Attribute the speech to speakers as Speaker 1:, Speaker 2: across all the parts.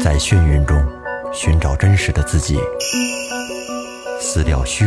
Speaker 1: 在眩晕中寻找真实的自己，撕掉虚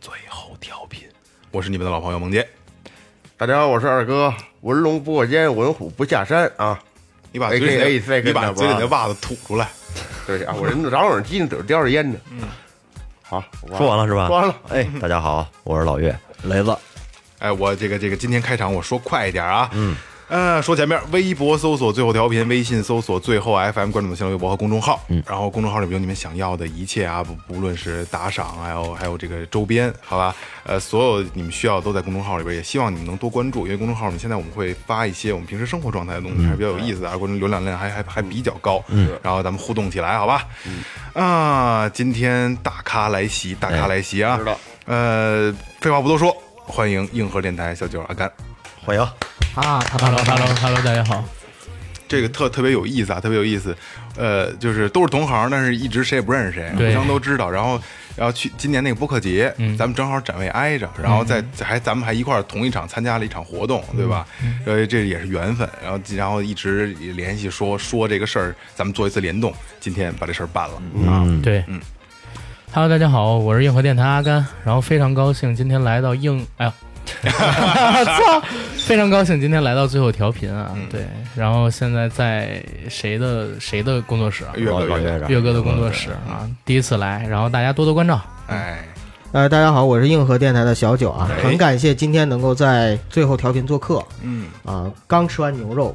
Speaker 2: 最后调频，我是你们的老朋友萌姐。
Speaker 3: 大家好，我是二哥。文龙不过肩，文虎不下山啊！
Speaker 2: 你把嘴里
Speaker 3: AKA
Speaker 2: 的，
Speaker 3: second
Speaker 2: 你把嘴里的
Speaker 3: brother
Speaker 2: 袜子吐出来。
Speaker 3: 对不起啊，我人嚷嚷鸡呢，嘴儿叼着烟呢。嗯，好，我
Speaker 1: 说完了是吧？
Speaker 3: 说完了。
Speaker 1: 哎，大家好，我是老岳，哦雷子。
Speaker 2: 哎，我这个这个今天开场我说快一点啊，嗯，呃，说前面，微博搜索最后调频，微信搜索最后 FM，关注我们新浪微博和公众号，嗯，然后公众号里面有你们想要的一切啊，不不论是打赏，还有还有这个周边，好吧，呃，所有你们需要都在公众号里边，也希望你们能多关注，因为公众号里面现在我们会发一些我们平时生活状态的东西，还是比较有意思的，而关注浏览量还还还比较高，嗯，然后咱们互动起来，好吧，啊，今天大咖来袭，大咖来袭啊，
Speaker 3: 知道
Speaker 2: 呃，废话不多说，欢迎硬核电台小九阿甘。
Speaker 1: 欢迎，
Speaker 4: 啊，Hello Hello Hello，大家好。
Speaker 2: 这个特特别有意思啊，特别有意思，呃，就是都是同行，但是一直谁也不认识谁，
Speaker 4: 对
Speaker 2: 互相都知道。然后，然后去今年那个播客节，咱们正好展位挨着，然后在还咱们还一块儿同一场参加了一场活动，对吧？所以这也是缘分。然后然后一直联系说说这个事儿，咱们做一次联动，今天把这事儿办了。
Speaker 1: 嗯，
Speaker 4: 对，
Speaker 2: 嗯
Speaker 4: ，Hello，大家好，我是硬核电台阿甘，然后非常高兴今天来到硬，哎呦，操，非常高兴今天来到最后调频啊，
Speaker 2: 嗯
Speaker 4: 对，然后现在在谁的谁的工作室啊？
Speaker 2: 岳
Speaker 1: 老
Speaker 2: 哥，
Speaker 1: 老
Speaker 2: 岳
Speaker 1: 岳
Speaker 2: 哥，
Speaker 4: 岳哥的工作室啊，第一次来，然后大家多多关照。
Speaker 2: 哎，
Speaker 5: 呃，大家好，我是硬核电台的小九啊，
Speaker 2: 哎
Speaker 5: 很感谢今天能够在最后调频做客
Speaker 2: 嗯，
Speaker 5: 啊、刚吃完牛肉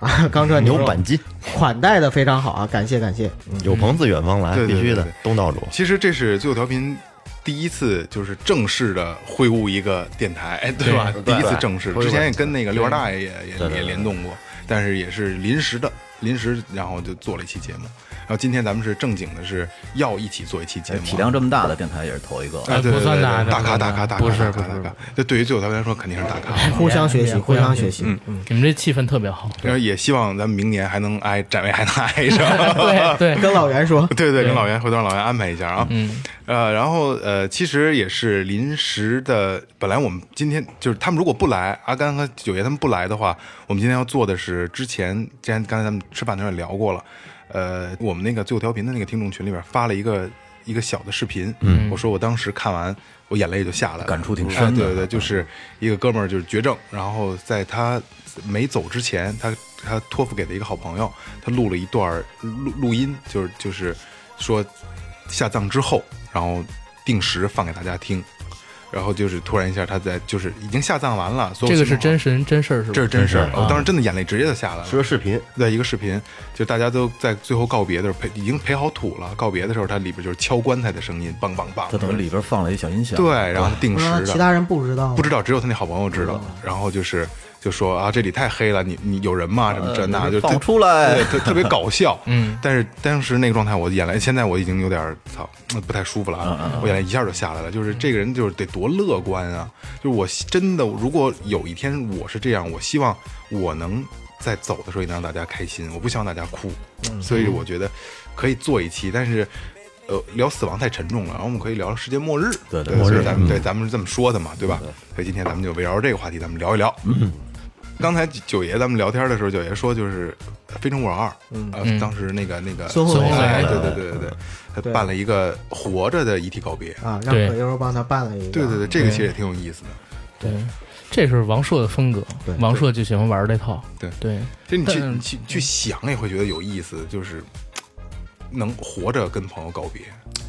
Speaker 5: 啊，刚吃完
Speaker 1: 牛
Speaker 5: 肉，
Speaker 1: 板筋，
Speaker 5: 款待的非常好啊，感谢感谢。
Speaker 4: 嗯
Speaker 6: 嗯
Speaker 1: 有朋自远方来，
Speaker 2: 对对
Speaker 1: 必须
Speaker 2: 对
Speaker 1: 的
Speaker 2: 对，
Speaker 1: 东道主。
Speaker 2: 其实这是最后调频第一次就是正式的会晤一个电台，哎对吧？第
Speaker 3: 对
Speaker 2: 一次正式，
Speaker 3: 对
Speaker 2: 之前也跟那个六二大爷也
Speaker 1: 对对
Speaker 2: 也
Speaker 1: 对
Speaker 2: 也联动过，但是也是临时的，临时然后就做了一期节目。然后今天咱们是正经的，是要一起做一期节目。
Speaker 4: 呃
Speaker 6: 体量这么大的电台也是头一个，
Speaker 2: 啊，对对对
Speaker 4: 不算
Speaker 2: 对
Speaker 4: 大
Speaker 2: 对大
Speaker 4: 不
Speaker 2: 咖
Speaker 4: 算
Speaker 2: 大
Speaker 4: 大
Speaker 2: 咖大咖，
Speaker 4: 不是
Speaker 2: 大咖
Speaker 4: 不是
Speaker 2: 大咖。就对于最后调频来说，肯定是大 咖。
Speaker 5: 互相学习，
Speaker 4: 哎
Speaker 5: 互相学习。
Speaker 2: 嗯
Speaker 5: 嗯，
Speaker 4: 你们这气氛特 别好，
Speaker 2: 然后也希望咱们明年还能挨展位，还能挨上。
Speaker 4: 对对，
Speaker 2: 啊
Speaker 5: 跟老袁说，
Speaker 2: 对对，跟老袁回头让老袁安排一下啊。
Speaker 4: 嗯，
Speaker 2: 呃，然后呃，其实也是临时的。本来我们今天就是他们如果不来，阿甘和九爷他们不来的话，我们今天要做的是之前，之前刚才咱们吃饭的时候也聊过了。呃，我们那个最后调频的那个听众群里边发了一个一个小的视频，嗯，我说我当时看完，我眼泪就下来了，
Speaker 6: 感触挺深的
Speaker 2: 哎对对，就是一个哥们儿就是绝症，然后在他没走之前，他他托付给的一个好朋友，他录了一段儿录录音，就是就是说下葬之后，然后定时放给大家听，然后就是突然一下他在就是已经下葬完了，所有
Speaker 4: 这个
Speaker 2: 情
Speaker 4: 是
Speaker 2: 况
Speaker 4: 真神真事儿是吧？
Speaker 2: 这是真事儿，嗯
Speaker 4: 啊
Speaker 2: 我当时真的眼泪直接就下来了。
Speaker 3: 是个视频，
Speaker 2: 在一个视频，就大家都在最后告别的时候陪已经陪好土了，告别的时候，它里边就是敲棺材的声音，梆梆梆。
Speaker 6: 它等于里边放了一小音响。
Speaker 2: 对，然后定时
Speaker 5: 啊，
Speaker 2: 的，
Speaker 5: 其他人不知道，
Speaker 2: 不知道，只有他那好朋友知道。然后就是就说啊，这里太黑了，你你有人吗？什么这那，
Speaker 6: 呃
Speaker 2: 就
Speaker 6: 放
Speaker 2: 特
Speaker 6: 出来
Speaker 2: 对，特特别搞笑。
Speaker 4: 嗯，
Speaker 2: 但是当时那个状态，我的眼泪，现在我已经有点儿操不太舒服了啊，我眼泪一下就下来了。就是这个人就是得多乐观啊！就是我希真的，如果有一天我是这样，我希望我能在走的时候也能让大家开心，我不希望大家哭。所以我觉得可以做一期，但是。呃，聊死亡太沉重了，然后我们可以聊世界末日。
Speaker 6: 对
Speaker 2: 对，
Speaker 6: 对
Speaker 2: 所以咱们对咱们是这么说的嘛，对吧？嗯所以今天咱们就围绕着这个话题，咱们聊一聊。刚才九爷咱们聊天的时候，九爷说就是《非诚勿扰二》，呃，当时那个那个
Speaker 5: 孙
Speaker 2: 红
Speaker 5: 红
Speaker 2: 雷，
Speaker 5: 雷对
Speaker 2: 对对对对对，他
Speaker 5: 对
Speaker 2: 办了一个活着的遗体告别，
Speaker 5: 啊，让
Speaker 4: 对
Speaker 5: 葛优帮他办了一个。
Speaker 2: 对对对，这个其实也挺有意思的。
Speaker 4: 对，这是王朔的风格
Speaker 5: 对，
Speaker 4: 王朔就喜欢玩这套。
Speaker 2: 对
Speaker 4: 对，
Speaker 2: 其实你去
Speaker 4: 但
Speaker 2: 你去去想也会觉得有意思，就是能活着跟朋友告别，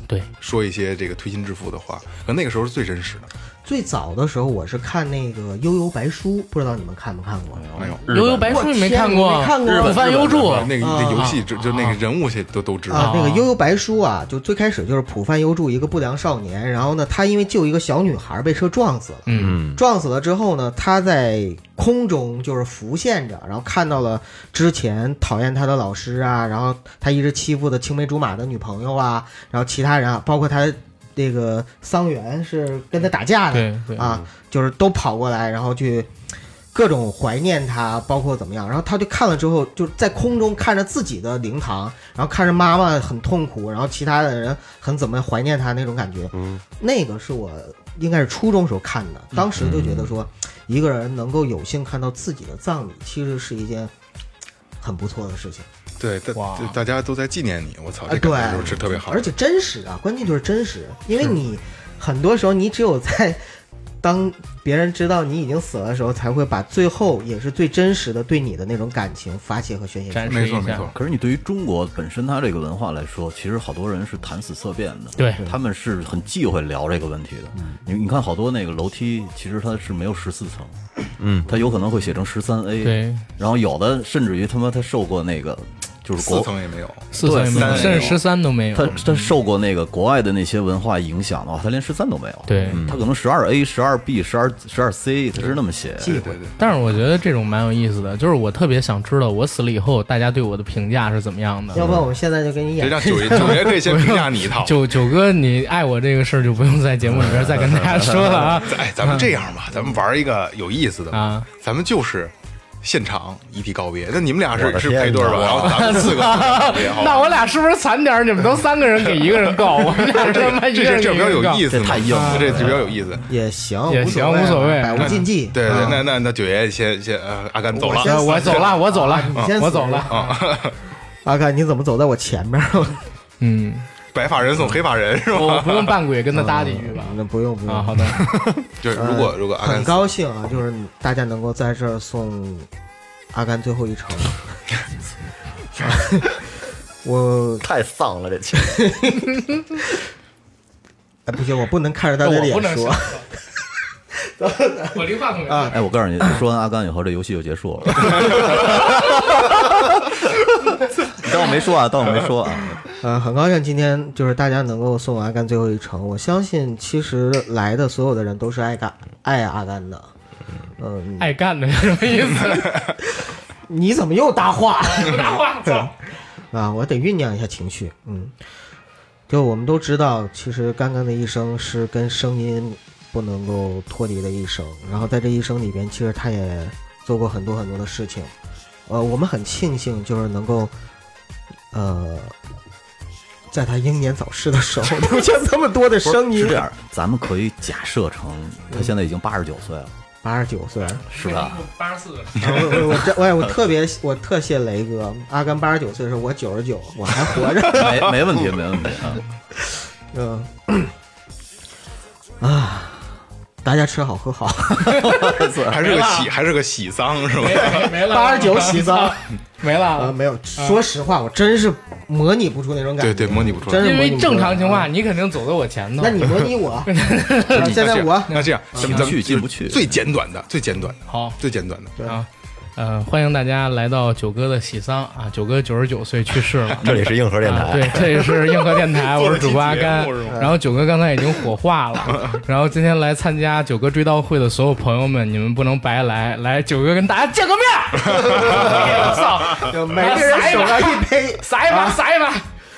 Speaker 4: 对，
Speaker 2: 说一些这个推心置腹的话，可那个时候是最真实的。
Speaker 5: 最早的时候我是看那个《悠悠白书》，不知道你们看没看过？
Speaker 2: 哎呦，
Speaker 4: 《悠悠白书》你没看过？
Speaker 5: 我天你没看过
Speaker 4: 午饭优助
Speaker 2: 那个那游戏就就那个人物，这都都知道。
Speaker 5: 啊，那
Speaker 4: 哦
Speaker 5: 个《悠悠白书》啊，就最开始就是浦饭优助一个不良少年，然后呢，他因为救一个小女孩被车撞死了，
Speaker 4: 嗯，
Speaker 5: 撞死了之后呢，他在空中就是浮现着，然后看到了之前讨厌他的老师啊，然后他一直欺负的青梅竹马的女朋友啊，然后其他人啊，包括他那个桑园是跟他打架的，
Speaker 4: 对对，
Speaker 5: 啊，就是都跑过来，然后去各种怀念他，包括怎么样。然后他就看了之后，就在空中看着自己的灵堂，然后看着妈妈很痛苦，然后其他的人很怎么怀念他那种感觉。
Speaker 3: 嗯，
Speaker 5: 那个是我应该是初中时候看的，当时就觉得说，一个人能够有幸看到自己的葬礼，其实是一件很不错的事情，
Speaker 2: 对，大
Speaker 4: 哇
Speaker 2: 大家都在纪念你，我操，
Speaker 5: 啊
Speaker 2: 这感觉
Speaker 5: 对
Speaker 2: 就是特别好
Speaker 5: 而。且真实啊，关键就是真实，因为你很多时候你只有在当别人知道你已经死了的时候，才会把最后也是最真实的对你的那种感情发泄和宣泄出来。
Speaker 4: 展示
Speaker 2: 没
Speaker 4: 一
Speaker 2: 错没
Speaker 4: 下
Speaker 2: 错，
Speaker 6: 可是你对于中国本身它这个文化来说，其实好多人是谈死色变的，
Speaker 4: 对嗯
Speaker 6: 他们是很忌讳聊这个问题的。你你看好多那个楼梯，其实它是没有十四层，嗯，它有可能会写成十三 A，
Speaker 4: 对，
Speaker 6: 然后有的甚至于他妈他受过那个就是
Speaker 2: 四
Speaker 6: 国
Speaker 2: 层也没有，
Speaker 4: 四层也没有，
Speaker 2: 对
Speaker 4: 甚至十三都没
Speaker 6: 他
Speaker 4: 有。
Speaker 6: 他受过那个国外的那些文化影响的话，他连十三都没有，
Speaker 4: 对
Speaker 6: 嗯他可能十二 A、十二 B、十二十二 C，他是那么写，
Speaker 2: 对对对，
Speaker 4: 但是我觉得这种蛮有意思的，就是我特别想知道我死了以后，大家对我的评价是怎么样的。
Speaker 5: 要不然我们现在就给你
Speaker 2: 这
Speaker 5: 演
Speaker 2: 让 九爷九爷可以先评价你一套。
Speaker 4: 九九哥，你爱我这个事儿就不用在节目里边再跟大家说了啊。
Speaker 2: 哎，咱们这样吧，咱们玩一个有意思的吧
Speaker 4: 啊，
Speaker 2: 咱们就是现场遗体告别。那你们俩
Speaker 6: 我
Speaker 2: 是
Speaker 6: 的
Speaker 2: 是
Speaker 6: 天
Speaker 2: 配对儿吧？
Speaker 6: 哪
Speaker 2: 然后咱们四个告别，好吧
Speaker 4: 那我俩是不是惨点儿？你们都三个人给一个人告，我们俩是他妈
Speaker 2: 这
Speaker 4: 一个人
Speaker 2: 这
Speaker 4: 给
Speaker 2: 这比
Speaker 4: 一个
Speaker 2: 较有
Speaker 4: 人告
Speaker 2: 意思嘛，
Speaker 6: 太硬了
Speaker 2: 这这比较有意思。
Speaker 5: 也行，
Speaker 4: 也
Speaker 5: 无啊
Speaker 4: 行无所谓
Speaker 5: 百无禁忌。
Speaker 2: 对
Speaker 5: 啊
Speaker 2: 对，那那那九爷先先呃，阿甘走了嗯
Speaker 5: 我，先
Speaker 4: 呃我走了，我走了
Speaker 5: 你先，
Speaker 4: 我
Speaker 5: 死
Speaker 4: 走
Speaker 2: 啊
Speaker 4: 了。
Speaker 5: 阿啊甘，你怎么走在我前面？ 啊
Speaker 4: 嗯，
Speaker 2: 白发人送黑发人是吧？
Speaker 4: 我不用扮鬼跟他搭几句吧？
Speaker 5: 那不用不用
Speaker 4: 啊，，好的，
Speaker 2: 就是如果如果阿甘
Speaker 5: 哎很
Speaker 2: 死了
Speaker 5: 高兴啊，就是大家能够在这儿送阿甘最后一程。 我
Speaker 3: 太丧了，这情况
Speaker 5: 哎不行，我不能看着大家
Speaker 4: 我不
Speaker 5: 脸
Speaker 4: 能
Speaker 5: 说。
Speaker 4: 想。我离话筒远点
Speaker 6: 哎，我告诉你，你说完阿甘以后，这游戏就结束了。 你当我没说啊，当我没说啊。
Speaker 5: 呃，很高兴今天就是大家能够送阿甘最后一程。我相信其实来的所有的人都是爱甘爱阿甘的。嗯、
Speaker 4: 爱干的是什么意思？
Speaker 5: 你怎么又搭话？
Speaker 4: 不搭 话，操！
Speaker 5: 啊，我得酝酿一下情绪。嗯，就我们都知道，其实甘甘的一生是跟声音不能够脱离的一生。然后在这一生里边，其实他也做过很多很多的事情。呃，我们很庆幸，就是能够，呃，在他英年早逝的时候留下这么多的声音
Speaker 6: 是这。样，咱们可以假设成他现在已经八十九岁了，
Speaker 5: 八十九岁，啊
Speaker 6: 是吧？？
Speaker 4: 八十四，
Speaker 5: 我我我这我我特别我特谢雷哥，阿甘八十九岁的时候我九十九，我还活着。
Speaker 6: 没没问题，没问题啊。
Speaker 5: 嗯，啊，大家吃好喝好，
Speaker 2: 还是个喜还是个喜丧是吧？
Speaker 5: 哎
Speaker 4: 没了，
Speaker 5: 八十九喜丧
Speaker 4: 没
Speaker 5: 啊，
Speaker 4: 了。
Speaker 5: 没有，说实话，我真是模拟不出那种感
Speaker 2: 对
Speaker 5: 觉，
Speaker 2: 对，模拟不出来
Speaker 5: 真。是
Speaker 4: 因
Speaker 5: 模拟
Speaker 4: 为
Speaker 5: 不出
Speaker 4: 正常情况
Speaker 5: 来
Speaker 4: 下，，你肯定走在我前头。
Speaker 5: 那你模拟我，啊现在 我
Speaker 2: 那这样，咱们咱
Speaker 6: 进不
Speaker 2: 们
Speaker 6: 去，进不
Speaker 2: 去
Speaker 6: 去。
Speaker 2: 最简短的，最简短的，
Speaker 4: 好
Speaker 2: 最简短的。
Speaker 5: 嗯
Speaker 4: 啊，呃，欢迎大家来到九哥的喜丧啊！九哥九十九岁去世了，
Speaker 6: 这里是硬核电
Speaker 4: 啊，对，这里是硬核 电台，
Speaker 2: 做
Speaker 4: 我
Speaker 2: 了
Speaker 4: 是主播阿
Speaker 2: 期节
Speaker 4: 甘
Speaker 2: 目是吗。
Speaker 4: 然后九哥刚才已经火化了， 然后今天来参加九哥追悼会的所有朋友们，你们不能白来，来九哥跟大家见个面 儿。我操，
Speaker 5: 就每个人手上啊一杯，
Speaker 4: 撒一把，撒一把。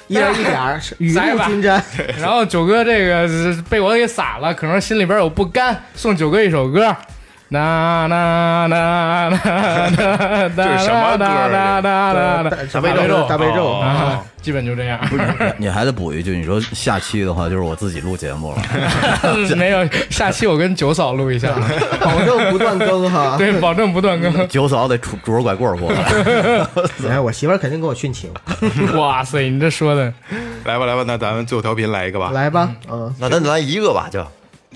Speaker 5: 一人一点儿，雨
Speaker 4: 来
Speaker 5: 露
Speaker 4: 吧
Speaker 5: 均沾。
Speaker 4: 然后九哥这个是被我给撒了，可能心里边有不甘，送九哥一首歌。 那那那那 那，
Speaker 2: 这是什么歌儿
Speaker 4: 那那那那
Speaker 5: 大悲咒，大悲咒，
Speaker 2: 哦
Speaker 4: 啊，基本就 这样。
Speaker 6: 你还得补一句，你说下期的话就是我自己录节目了，
Speaker 4: 没有，下期我跟九嫂 录一下，
Speaker 5: 保证不断更哈。
Speaker 4: 对，保证不断更。
Speaker 6: 九嫂得拄拄着拐棍儿过来。
Speaker 5: 哎，我媳妇儿肯定给我殉情，嗯
Speaker 4: 哇塞，你这说的，
Speaker 2: 来吧来吧，那咱们最后调频来一个吧。
Speaker 5: 来吧，嗯，
Speaker 3: 那咱来一个吧，就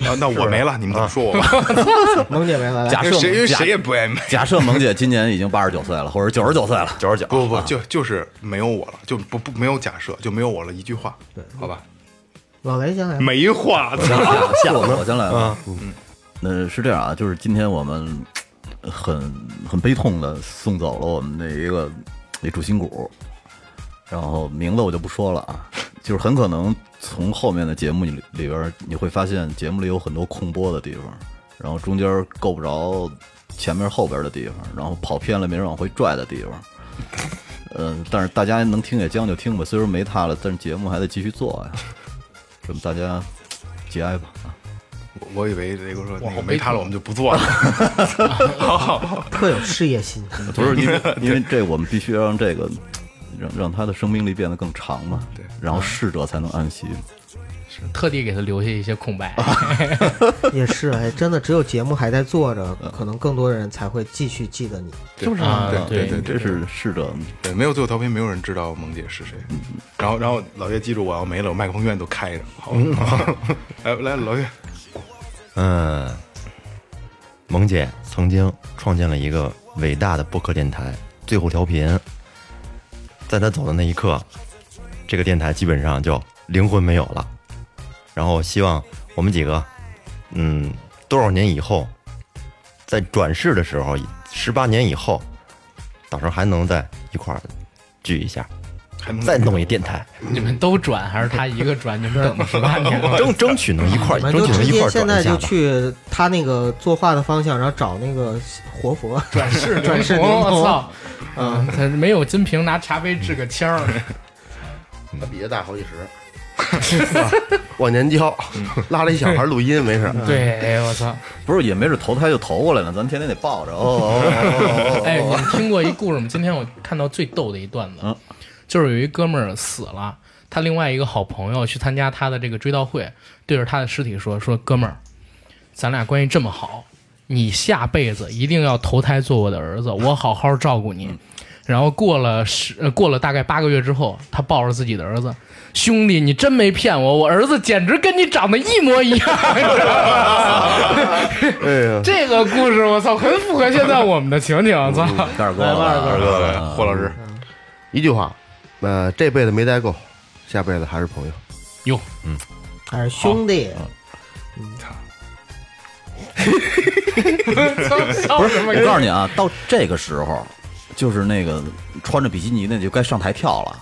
Speaker 2: 啊，那我没了，你们怎么说我吧？
Speaker 5: 萌嗯姐没来，来
Speaker 6: 假
Speaker 2: 因
Speaker 6: 设
Speaker 2: 为谁因为
Speaker 6: 假
Speaker 2: 谁也不爱没。
Speaker 6: 假设萌姐今年已经八十九岁了，或者九十九岁了，
Speaker 3: 九十九。
Speaker 2: 啊不不不，就就是没有我了，就不不没有假设，就没有我了一句话，好吧？
Speaker 5: 老雷先来吧，
Speaker 2: 没话，
Speaker 6: 我先来，吓我了，我先来吧。嗯，呃，是这样啊，就是今天我们呃很很悲痛的送走了我们的一个那主心骨，然后名字我就不说了啊，就是很可能从后面的节目里里边儿你会发现节目里有很多空播的地方，然后中间儿够不着前面后边儿的地方，然后跑偏了没人往回拽的地方。嗯，但是大家能听也将就听吧，虽说没他了，但是节目还得继续做呀。这么大家节哀吧啊！
Speaker 2: 我我以为雷哥说那
Speaker 4: 好
Speaker 2: 个
Speaker 4: 悲
Speaker 2: 没他了我们就不 做了，好好好，
Speaker 5: 特有事业心。
Speaker 6: 不是因为因为这我们必须要让这个让让他的生命力变得更长嘛，
Speaker 2: 对
Speaker 6: 然后逝者才能安息。
Speaker 4: 特地给他留下一些空白。
Speaker 5: 也是，哎，真的，只有节目还在做着，可能更多人才会继续记得你。
Speaker 2: 是不是
Speaker 4: 啊
Speaker 2: 对
Speaker 4: 对
Speaker 2: 对对
Speaker 6: 这是逝者
Speaker 2: 对，没有最后调频，没有人知道萌姐是谁。然后，然后老岳记住，我要没了，我麦克风永远都开着。好， 来来，老岳，
Speaker 1: 嗯，萌姐曾经创建了一个伟大的播客电台——最后调频。在她走的那一刻，这个电台基本上就灵魂没有了。然后希望我们几个，嗯，多少年以后，在转世的时候，十八年以后，到时候还能在一块儿聚一下，
Speaker 2: 还能
Speaker 1: 再弄一电 台，
Speaker 4: 你们都转还是他一个转？你们等十八年了。
Speaker 1: 争争取能一块儿，
Speaker 5: 你们
Speaker 1: 争
Speaker 5: 就
Speaker 1: 取能
Speaker 5: 直
Speaker 1: 一块
Speaker 5: 接
Speaker 1: 儿
Speaker 5: 现
Speaker 1: 转
Speaker 5: 在
Speaker 1: 一下
Speaker 5: 就
Speaker 1: 吧。
Speaker 5: 去他那个作画的方向，然后找那个活佛。
Speaker 4: 转 世
Speaker 5: 转世
Speaker 4: 灵童
Speaker 5: 灵童
Speaker 4: 我操！嗯，他没有金瓶，拿茶杯掷个签儿。
Speaker 1: 嗯
Speaker 3: 他比他大好几十， 忘年交，拉了一小孩录音没事
Speaker 1: 嗯
Speaker 5: 嗯
Speaker 3: 儿，
Speaker 4: 对，哎我操！
Speaker 6: 不是也没准投胎就投过来了，咱天天得抱着哦。哦哦
Speaker 4: 哎，你们听过一故事吗？今天我看到最逗的一段子
Speaker 6: 嗯，
Speaker 4: 就是有一哥们儿死了，他另外一个好朋友去参加他的这个追悼会，对着他的尸体说：“说哥们儿，咱俩关系这么好，你下辈子一定要投胎做我的儿子，我好好照顾
Speaker 6: 嗯
Speaker 4: 你。” 然后过了十，呃过了大概八个月之后，他抱着自己的儿子，兄弟，你真没骗我，我儿子简直跟你长得一模一样。
Speaker 3: 哎呀，
Speaker 4: 这个故事，我操，很符合现在我们的情景，我 操。
Speaker 6: 哦二
Speaker 4: 哎
Speaker 6: 哥，二
Speaker 2: 哥来，霍老师，
Speaker 3: 一句话，呃，这辈子没待够，下辈子还是朋友。
Speaker 4: 哟，
Speaker 5: 还是兄弟，
Speaker 4: 不是
Speaker 6: 我告诉你啊，到这个时候，就是那个穿着比基尼的就该上台跳了。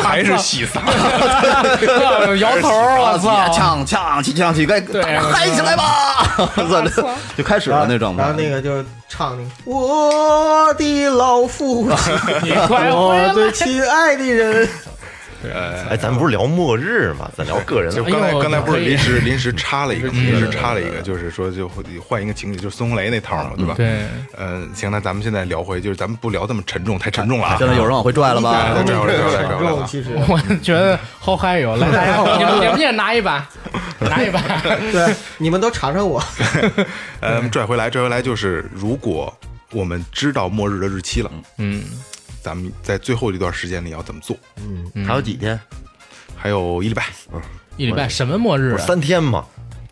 Speaker 2: 还是喜丧，
Speaker 4: 摇头，我
Speaker 6: 啊
Speaker 4: 操！
Speaker 6: 呛呛气呛气，该大家
Speaker 4: 我
Speaker 6: 嗨起来吧！我操， 就开始了那状态。
Speaker 5: 然后那个就是唱那个我的老父亲，
Speaker 4: 你快
Speaker 5: 我
Speaker 4: 回
Speaker 5: 最
Speaker 4: 来！
Speaker 5: 亲爱的人。
Speaker 1: 哎，咱不是聊末日吗？咱聊个人
Speaker 2: 就刚才
Speaker 4: 哎呦
Speaker 2: 刚才不是
Speaker 4: 可以
Speaker 2: 临时临时插了一个，临时插了一个，就是说就会换一个情景，就是孙红雷那套嘛，对吧？
Speaker 4: 对，
Speaker 2: 嗯，行，那咱们现在聊回，就是咱们不聊这么沉重，太沉重了啊。哎
Speaker 6: 现在有人往回拽了吧？
Speaker 2: 对对对对对
Speaker 5: 很重，其实
Speaker 4: 我觉得好嗨哟！来，大家，你们你们也拿一 把，拿一把。
Speaker 5: 对，你们都尝尝我。
Speaker 2: 嗯，拽回来，拽回来就是，如果我们知道末日的日期了，
Speaker 4: 嗯，
Speaker 2: 咱们在最后这段时间里要怎么做？
Speaker 1: 还有几天？
Speaker 2: 还有一礼拜，
Speaker 4: 一礼拜什么末日
Speaker 1: 不
Speaker 4: 啊
Speaker 1: 是？三天吗？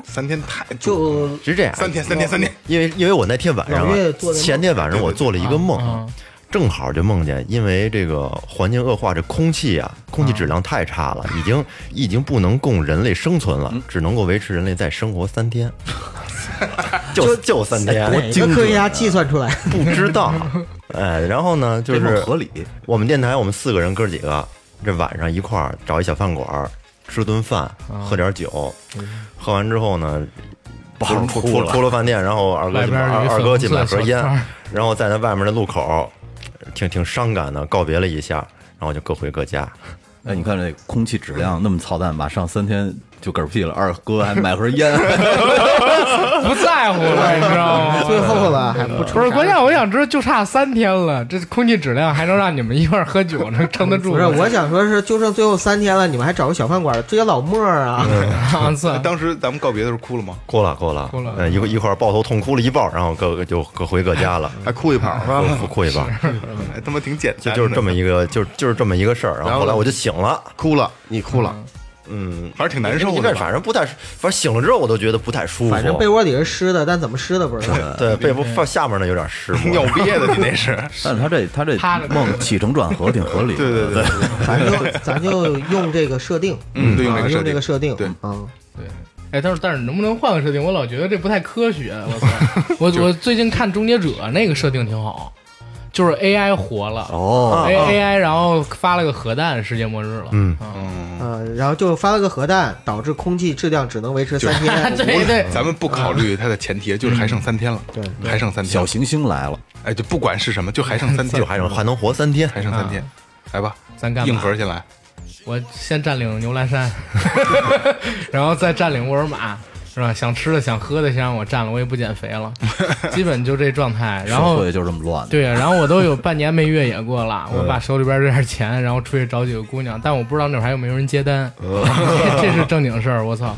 Speaker 2: 三天太
Speaker 5: 就
Speaker 1: 其实这样，
Speaker 2: 三天，三天，三天，
Speaker 1: 因为因为我那天晚上啊
Speaker 5: 老岳做的梦
Speaker 1: 前天晚上我做了一个梦，
Speaker 4: 啊
Speaker 1: 正好就梦见，因为这个环境恶化，这空气啊，空气质量太差了，已经已经不能供人类生存了，只能够维持人类再生活三 天，就就三天，
Speaker 5: 哪个科学家计算出来？
Speaker 1: 不知道。哎，然后呢，就
Speaker 6: 这
Speaker 1: 是
Speaker 6: 种合理。
Speaker 1: 我们电台我们四个人哥几个，这晚上一块儿找一小饭馆儿吃顿饭，
Speaker 4: 啊
Speaker 1: 喝点酒，喝完之后呢，
Speaker 6: 好
Speaker 1: 出出
Speaker 6: 出
Speaker 1: 出
Speaker 6: 了
Speaker 1: 出了饭店，然后二哥
Speaker 4: 外
Speaker 1: 去
Speaker 4: 边
Speaker 1: 买
Speaker 4: 儿有一
Speaker 1: 二二
Speaker 4: 粉
Speaker 1: 哥
Speaker 4: 红
Speaker 1: 去
Speaker 4: 色
Speaker 1: 买
Speaker 4: 的
Speaker 1: 盒
Speaker 4: 小
Speaker 1: 烟
Speaker 4: 摊儿，
Speaker 1: 然后在那外面的路口，挺挺伤感的告别了一下，然后就各回各家。
Speaker 6: 哎，你看这空气质量那么操蛋，马上三天就嗝屁了。二哥还买盒烟，
Speaker 4: 啊不在乎了，你知道吗？
Speaker 5: 最后了还不出
Speaker 4: 不是，关键我想知道，就差三天了，这空气质量还能让你们一块儿喝酒，能撑得住
Speaker 5: 不
Speaker 4: 吗？
Speaker 5: 是，我想说是，就剩最后三天了，你们还找个小饭馆追老莫儿啊？
Speaker 4: 我操！
Speaker 2: 当时咱们告别的时候哭了吗？
Speaker 1: 哭了哭了，
Speaker 4: 哭了
Speaker 1: 嗯，一块一块儿抱头痛哭了一抱，然后各个就各回各家了，
Speaker 4: 嗯
Speaker 3: 还哭一跑是吧？
Speaker 1: 哭哭一抱，
Speaker 2: 哎，他妈挺简单
Speaker 1: 就
Speaker 2: 的，
Speaker 1: 就是这么一个，就就是这么一个事儿。然后后来我就醒了，
Speaker 3: 哭了，你哭了，
Speaker 1: 嗯，
Speaker 2: 反正挺难受
Speaker 1: 因为
Speaker 2: 的吧。，
Speaker 1: 反正不太，反正醒了之后我都觉得不太舒服。
Speaker 5: 反正被窝里是湿的，但怎么湿的不知道。
Speaker 1: 对被窝放下面呢有点 湿乎
Speaker 2: 尿憋的，你那 是
Speaker 6: 但是他这他这
Speaker 4: 趴着
Speaker 6: 梦起承转合挺合理的，
Speaker 2: 对对对
Speaker 6: 对
Speaker 5: 咱就咱就用这个设定，
Speaker 2: 嗯就用
Speaker 5: 啊
Speaker 2: 这个设定
Speaker 5: 用这个设定，
Speaker 2: 对
Speaker 5: 嗯，
Speaker 4: 哎，但是但是能不能换个设定？我老觉得这不太科学。我 操！我我最近看《终结者》那个设定挺好，就是 AI 活了、
Speaker 6: 哦，
Speaker 4: a AI 然后发了个核弹，世界末日了。
Speaker 1: 嗯
Speaker 5: 呃，然后就发了个核弹，导致空气质量只能维持三 天。
Speaker 4: 啊对对，
Speaker 2: 咱们不考虑它的前提，就是还剩三天了，
Speaker 5: 嗯对
Speaker 2: 还剩三天
Speaker 6: 小
Speaker 2: 了。
Speaker 6: 行星来了，
Speaker 2: 哎，就不管是什么，就还剩三天，嗯
Speaker 1: 就还能还能活三天。
Speaker 2: 还剩三
Speaker 5: 嗯
Speaker 2: 天，来吧，
Speaker 4: 咱干吧
Speaker 2: 硬核先来。
Speaker 4: 我先占领牛栏 山，然后再占领沃尔玛，是吧？想吃的、想喝的，先让我占了，我也不减肥 了，基本就这状态。然
Speaker 6: 社
Speaker 4: 后
Speaker 6: 会就这么乱，
Speaker 4: 对，然后我都有半年没越野过了，我把手里边这点钱，然后出去找几个姑娘，但我不知道那会儿还有没有人接单，
Speaker 6: 哦
Speaker 4: 这是正经事儿，我操！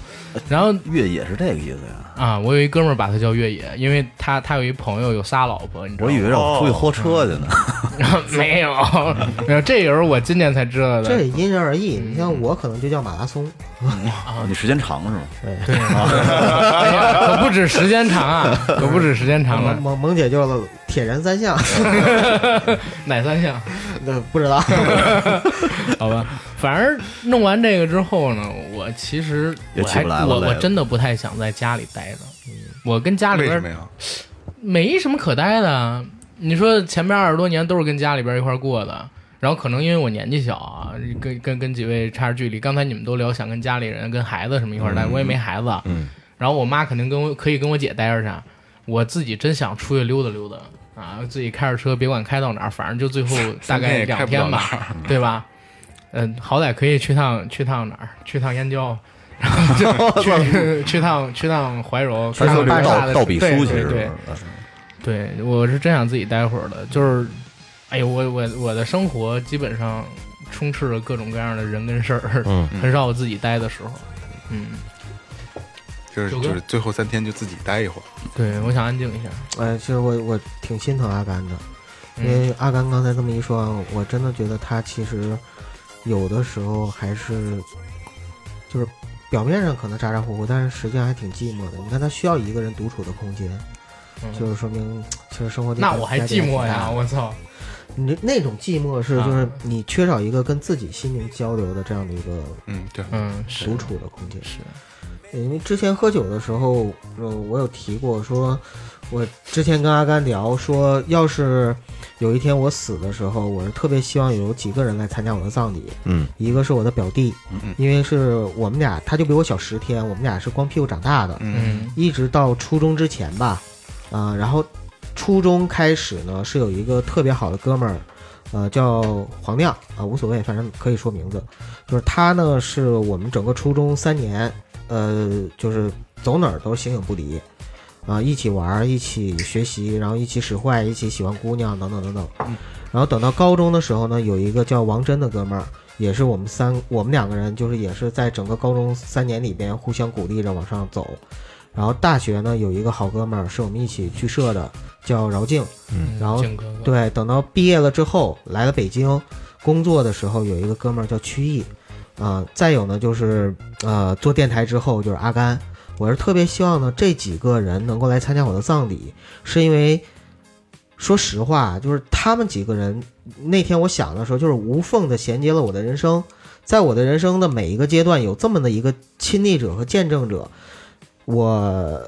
Speaker 4: 然后
Speaker 6: 越野是这个意思呀。
Speaker 4: 啊，我有一哥们儿把他叫越野，因为他他有一朋友有仨老婆，你知道
Speaker 6: 我
Speaker 4: 吗？
Speaker 6: 以为让我出去豁车去呢，
Speaker 4: 没有，没有，这也是我今年才知道的。
Speaker 5: 这也因人而异，
Speaker 4: 嗯
Speaker 5: 你像我可能就叫马拉松，
Speaker 6: 你时间长是吗？
Speaker 4: 哎呀可不止时间长 啊，可不止时间长了
Speaker 5: 萌。萌萌姐就铁人三项，
Speaker 4: 哪三项？
Speaker 5: 那不知道。
Speaker 4: 好吧，反正弄完这个之后呢，我其实
Speaker 6: 也
Speaker 4: 我
Speaker 6: 起
Speaker 4: 还
Speaker 6: 不来了
Speaker 4: 我
Speaker 6: 累
Speaker 4: 我
Speaker 6: 了
Speaker 4: 真的不太想在家里待着，嗯我跟家里
Speaker 2: 为
Speaker 4: 边
Speaker 2: 什
Speaker 4: 儿
Speaker 2: 么呀？
Speaker 4: 没什么可待的。啊你说前面二十多年都是跟家里边一块儿过的，然后可能因为我年纪小啊，跟跟跟几位差着距离。刚才你们都聊想跟家里人、跟孩子什么一块
Speaker 2: 嗯
Speaker 4: 儿待，我也没孩子，啊
Speaker 1: 嗯，
Speaker 4: 然后我妈肯定跟我可以跟我姐待着去，我自己真想出去溜达溜达啊，自己开着车，别管开到哪儿，反正就最 后大
Speaker 2: 三天
Speaker 4: 概
Speaker 2: 也
Speaker 4: 两
Speaker 2: 开不了
Speaker 4: 天
Speaker 2: 哪
Speaker 4: 吧，
Speaker 2: 儿。
Speaker 4: 对吧？嗯，好歹可以去趟去趟哪儿？去趟燕郊， 然 后就去去趟去趟怀柔，
Speaker 6: 咱就
Speaker 4: 看看大
Speaker 6: 倒
Speaker 4: 的
Speaker 6: 倒笔
Speaker 4: 对
Speaker 6: 书去
Speaker 4: 对
Speaker 6: 是
Speaker 4: 对
Speaker 6: 吧？
Speaker 4: 对，我是真想自己待会儿的，就是，哎呦，我我我的生活基本上充斥着各种各样的人跟事儿，
Speaker 1: 嗯
Speaker 4: 很少我自己待的时候。嗯，
Speaker 2: 就是
Speaker 4: 九哥
Speaker 2: 就是最后三天就自己待一会儿。
Speaker 4: 对，我想安静一下。
Speaker 5: 哎，其实我我挺心疼阿甘的，因
Speaker 4: 嗯，
Speaker 5: 为阿甘刚才这么一说，我真的觉得他其实有的时候还是就是表面上可能咋咋呼呼，但是实际上还挺寂寞的。你看他需要一个人独处的空间，
Speaker 4: 嗯
Speaker 5: 就是说明其实生活
Speaker 4: 那我还
Speaker 5: 压力
Speaker 4: 寂
Speaker 5: 挺
Speaker 4: 寞
Speaker 5: 大
Speaker 4: 呀！
Speaker 5: 的
Speaker 4: 我操，
Speaker 5: 你那种寂寞是就是
Speaker 4: 啊
Speaker 5: 你缺少一个跟自己心灵交流的这样的一个
Speaker 2: 嗯，对，
Speaker 4: 嗯，是
Speaker 5: 独处的空间。
Speaker 4: 是，
Speaker 5: 因为之前喝酒的时候，呃，我有提过说，我之前跟阿甘聊说，要是有一天我死的时候，我是特别希望有几个人来参加我的葬礼，
Speaker 1: 嗯，
Speaker 5: 一个是我的表弟，
Speaker 2: 嗯嗯
Speaker 5: 因为是我们俩，他就比我小十天，我们俩是光屁股长大的，
Speaker 2: 嗯
Speaker 4: 嗯
Speaker 5: 一直到初中之前吧，啊、然后初中开始呢是有一个特别好的哥们儿，呃，叫黄亮啊、无所谓，反正可以说名字，就是他呢是我们整个初中三年，呃，就是走哪儿都形影不离，啊、一起玩儿，一起学习，然后一起使坏，一起喜欢姑娘等等等等，然后等到高中的时候呢，有一个叫王真的哥们儿。也是我们三，我们两个人就是也是在整个高中三年里边互相鼓励着往上走，然后大学呢有一个好哥们儿是我们一起剧社的，叫饶静。
Speaker 4: 嗯，
Speaker 5: 然后
Speaker 4: 靖哥哥，
Speaker 5: 对，等到毕业了之后来了北京工作的时候，有一个哥们儿叫曲艺。啊、再有呢就是呃做电台之后就是阿甘，我是特别希望呢这几个人能够来参加我的葬礼，是因为说实话，就是他们几个人那天我想的时候，就是无缝的衔接了我的人生，在我的人生的每一个阶段，有这么的一个亲历者和见证者，我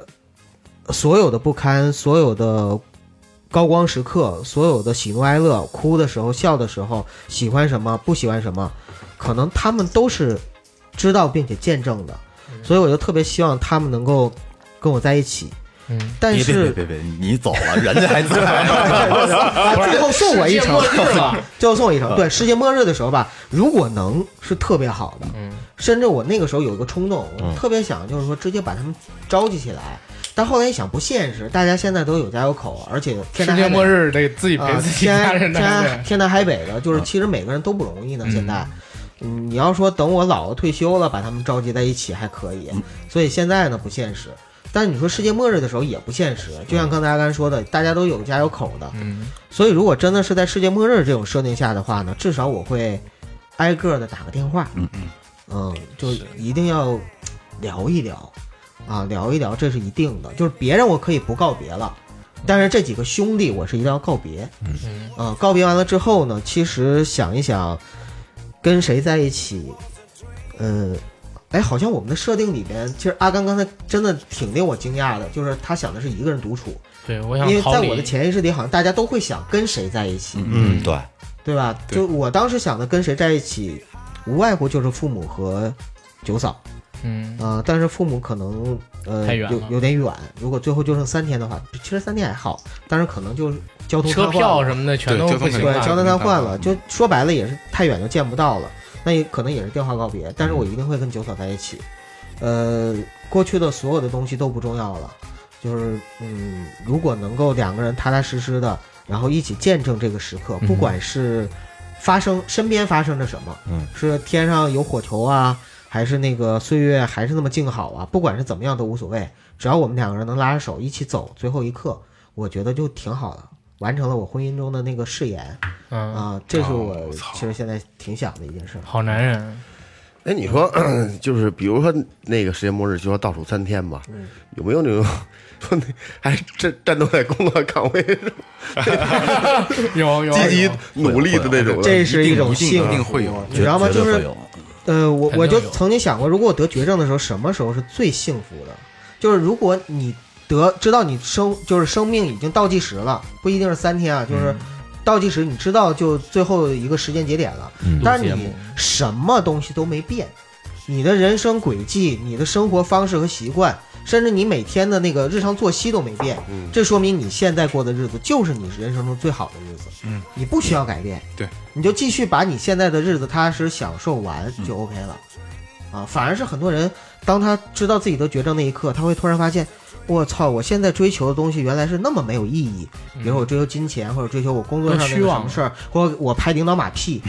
Speaker 5: 所有的不堪，所有的高光时刻，所有的喜怒哀乐，哭的时候、笑的时候，喜欢什么、不喜欢什么，可能他们都是知道并且见证的，所以我就特别希望他们能够跟我在一起。
Speaker 4: 嗯，
Speaker 5: 但
Speaker 6: 别别
Speaker 5: 是
Speaker 6: 别别别，你走了，人家还在，
Speaker 5: 啊，最后送我一程，
Speaker 4: 世界末日了
Speaker 5: 最后送我一程。对，世界末日的时候吧，如果能是特别好的，
Speaker 4: 嗯，
Speaker 5: 甚至我那个时候有一个冲动，
Speaker 1: 嗯
Speaker 5: 我特别想就是说直接把他们召集起来。但后来一想不现实，大家现在都有家有口，而且天
Speaker 4: 世
Speaker 5: 南
Speaker 4: 界
Speaker 5: 海
Speaker 4: 末
Speaker 5: 北
Speaker 4: 日得自己陪
Speaker 5: 啊，
Speaker 4: 自己
Speaker 5: 天
Speaker 4: 家人
Speaker 5: 天
Speaker 4: 待着
Speaker 5: 南。天南海北的，就是其实每个人都不容易呢。现在，嗯，你要说等我老了退休了，把他们召集在一起还可以，所以现在呢不现实。但你说世界末日的时候也不现实，就像刚才阿甘说的，大家都有家有口的，
Speaker 4: 嗯，
Speaker 5: 所以，如果真的是在世界末日这种设定下的话呢，至少我会挨个的打个电话，嗯嗯，嗯，就一定要聊一聊啊，聊一聊，这是一定的。就是别人我可以不告别了，但是这几个兄弟我是一定要告别。
Speaker 4: 嗯
Speaker 5: 啊，告别完了之后呢，其实想一想，跟谁在一起，嗯，哎，好像我们的设定里边，其实阿甘刚才真的挺令我惊讶的，就是他想的是一个人独处，
Speaker 4: 对，我
Speaker 5: 因
Speaker 4: 想
Speaker 5: 为
Speaker 4: 逃
Speaker 5: 在
Speaker 4: 离。
Speaker 5: 我的潜意识里，好像大家都会想跟谁在一起，
Speaker 1: 嗯，对，
Speaker 5: 对吧？
Speaker 2: 对
Speaker 5: 就我当时想的跟谁在一起，无外乎就是父母和九嫂
Speaker 4: 嗯，
Speaker 5: 啊、呃但是父母可能呃
Speaker 4: 太远
Speaker 5: 有
Speaker 4: 了
Speaker 5: 有点远，如果最后就剩三天的话，其实三天还好，但是可能就是交通
Speaker 4: 车
Speaker 5: 瘫痪
Speaker 4: 票
Speaker 5: 了
Speaker 4: 什么的全
Speaker 2: 对
Speaker 4: 都
Speaker 2: 交通
Speaker 4: 不
Speaker 2: 肯
Speaker 4: 行
Speaker 2: 定
Speaker 5: 对
Speaker 2: 大，
Speaker 5: 交
Speaker 2: 的
Speaker 5: 通
Speaker 2: 那
Speaker 5: 瘫
Speaker 2: 大
Speaker 5: 痪
Speaker 2: 的
Speaker 5: 了，就说白了也是太远就见不到了，那也可能也是电话告别，但是我一定会跟九嫂在一起。呃，过去的所有的东西都不重要了，就是嗯，如果能够两个人踏踏实实的，然后一起见证这个时刻，
Speaker 4: 嗯
Speaker 5: 不管是发生身边发生着什么，
Speaker 1: 嗯，
Speaker 5: 是天上有火球啊，还是那个岁月还是那么静好啊，不管是怎么样都无所谓，只要我们两个人能拉着手一起走最后一刻，我觉得就挺好的，完成了我婚姻中的那个誓言。
Speaker 4: 嗯，
Speaker 5: 啊，这是
Speaker 2: 哦
Speaker 5: 我
Speaker 2: 我操
Speaker 5: 其实现在挺想的一件事儿。
Speaker 4: 好男 人，
Speaker 3: 哎，你说 就是比如说那个世界末日，就说倒数三天吧，有没有那种 说那还战战斗在工作岗位上
Speaker 4: 有哦 有
Speaker 3: 积极
Speaker 4: 有
Speaker 3: 努力的那 种的？
Speaker 5: 这是
Speaker 2: 一
Speaker 5: 种
Speaker 2: 定一
Speaker 5: 幸
Speaker 2: 定
Speaker 5: 福，
Speaker 2: 会有
Speaker 5: 你知道吗？
Speaker 6: 绝对
Speaker 5: 就
Speaker 6: 会
Speaker 5: 是
Speaker 6: 有
Speaker 5: 呃，我
Speaker 4: 肯定
Speaker 5: 我就
Speaker 4: 有
Speaker 5: 曾经想过，如果我得绝症的时候，什么时候是最幸福的？就是如果你得知道你生就是生命已经倒计时了，不一定是三天啊，
Speaker 4: 嗯
Speaker 5: 就是倒计时，你知道就最后一个时间节点了，
Speaker 1: 嗯
Speaker 5: 但是
Speaker 4: 节
Speaker 5: 你
Speaker 4: 目
Speaker 5: 什么东西都没变，你的人生轨迹、你的生活方式和习惯，甚至你每天的那个日常作息都没变，
Speaker 3: 嗯
Speaker 5: 这说明你现在过的日子就是你人生中最好的日子，
Speaker 2: 嗯，
Speaker 5: 你不需要改变，
Speaker 2: 对，
Speaker 5: 你就继续把你现在的日子踏实享受完就 OK 了，啊，反而是很多人当他知道自己得绝症那一刻，他会突然发现，我操，我现在追求的东西原来是那么没有意义，比如我追求金钱，或者追求我工作上的
Speaker 4: 都虚
Speaker 5: 那个
Speaker 4: 妄
Speaker 5: 什么事儿，或者我拍领导马屁。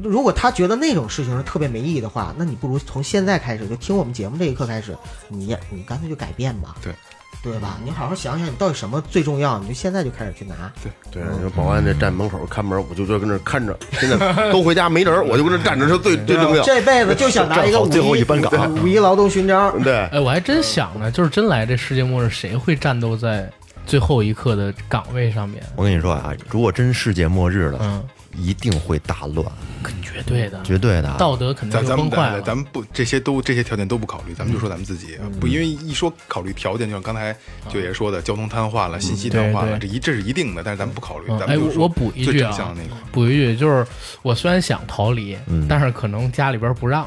Speaker 5: 如果他觉得那种事情是特别没意义的话，那你不如从现在开始，就听我们节目这一刻开始，你你干脆就改变吧。
Speaker 2: 对。
Speaker 5: 对吧？你好好想想，你到底什么最重要？你就现在就开始去拿。
Speaker 3: 对，你说保安这站门口看门，我就就跟那儿看着，现在都回家没人儿，我就跟那儿站着是最最重要。
Speaker 5: 啊这辈子就 想拿一个
Speaker 1: 正好
Speaker 5: 五
Speaker 1: 最后一班岗
Speaker 2: 啊
Speaker 5: 五一劳动勋章。
Speaker 2: 嗯
Speaker 3: 对，
Speaker 4: 哎，我还真想呢，就是真来这世界末日，谁会战斗在最后一刻的岗位上面？
Speaker 1: 我跟你说啊，如果真世界末日了，
Speaker 4: 嗯，
Speaker 1: 一定会大乱，
Speaker 4: 绝对的，
Speaker 1: 绝对的啊。
Speaker 4: 道德肯定
Speaker 2: 咱
Speaker 4: 就
Speaker 2: 咱们
Speaker 4: 崩坏
Speaker 2: 咱
Speaker 4: 了嗯
Speaker 2: 咱。们不这些都这些条件都不考虑，咱们就说咱们自己啊不，因为一说考虑条件，就像刚才九爷说的，交通瘫痪了，信息瘫痪了，
Speaker 4: 啊嗯对对
Speaker 2: 这一这是一定的，但是咱们不考虑，
Speaker 4: 嗯
Speaker 2: 咱
Speaker 4: 哎
Speaker 2: 们就
Speaker 4: 我
Speaker 2: 说
Speaker 4: 我补一
Speaker 2: 最
Speaker 4: 句
Speaker 2: 正
Speaker 4: 啊
Speaker 2: 向的那块儿。
Speaker 4: 补一句，就是我虽然想逃离，
Speaker 6: 嗯
Speaker 4: 但是可能家里边不 让，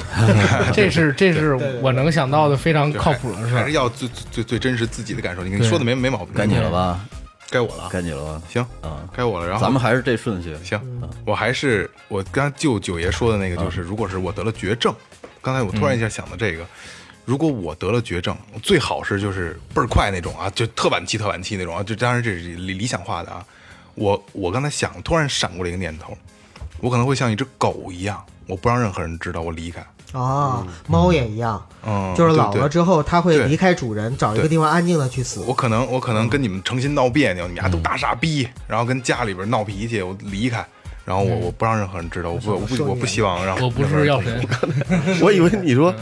Speaker 4: 这是这是我能想到的非常
Speaker 2: 对
Speaker 4: 靠谱的事
Speaker 2: 还
Speaker 4: 儿
Speaker 2: 是。要最最最最真实自己的感受。你你
Speaker 4: 对
Speaker 2: 说的没没毛病，嗯
Speaker 6: 该你了吧，
Speaker 2: 该我了啊，
Speaker 6: 该你了吧，
Speaker 4: 嗯
Speaker 2: 行，
Speaker 6: 啊，
Speaker 2: 该我了。然后
Speaker 6: 咱们还是这顺序，
Speaker 2: 行，啊我还是我刚就九爷说的那个，
Speaker 4: 嗯
Speaker 2: 就是如果是我得了绝症，刚才我突然一下想到这个，如果我得了绝症，最好是就是倍儿快那种啊，就特晚期特晚期那种啊，就当然这是理理想化的啊。我我刚才想，突然闪过了一个念头，我可能会像一只狗一样，我不让任何人知道我离开。
Speaker 5: 啊，猫也一样，
Speaker 2: 嗯，
Speaker 5: 就是
Speaker 2: 对
Speaker 5: 老
Speaker 2: 对
Speaker 5: 了之后，它会
Speaker 2: 对
Speaker 5: 离开主人，找一个
Speaker 2: 对
Speaker 5: 地方安静的去死。
Speaker 2: 我可能我可能跟你们成心闹别扭，你们
Speaker 4: 嗯
Speaker 2: 俩都大傻逼，然后跟家里边闹脾气，我离开，然后
Speaker 4: 嗯
Speaker 2: 我我不让任何人知道，我不我不我不希望让
Speaker 4: 啊我不是药神，
Speaker 3: 我以为你说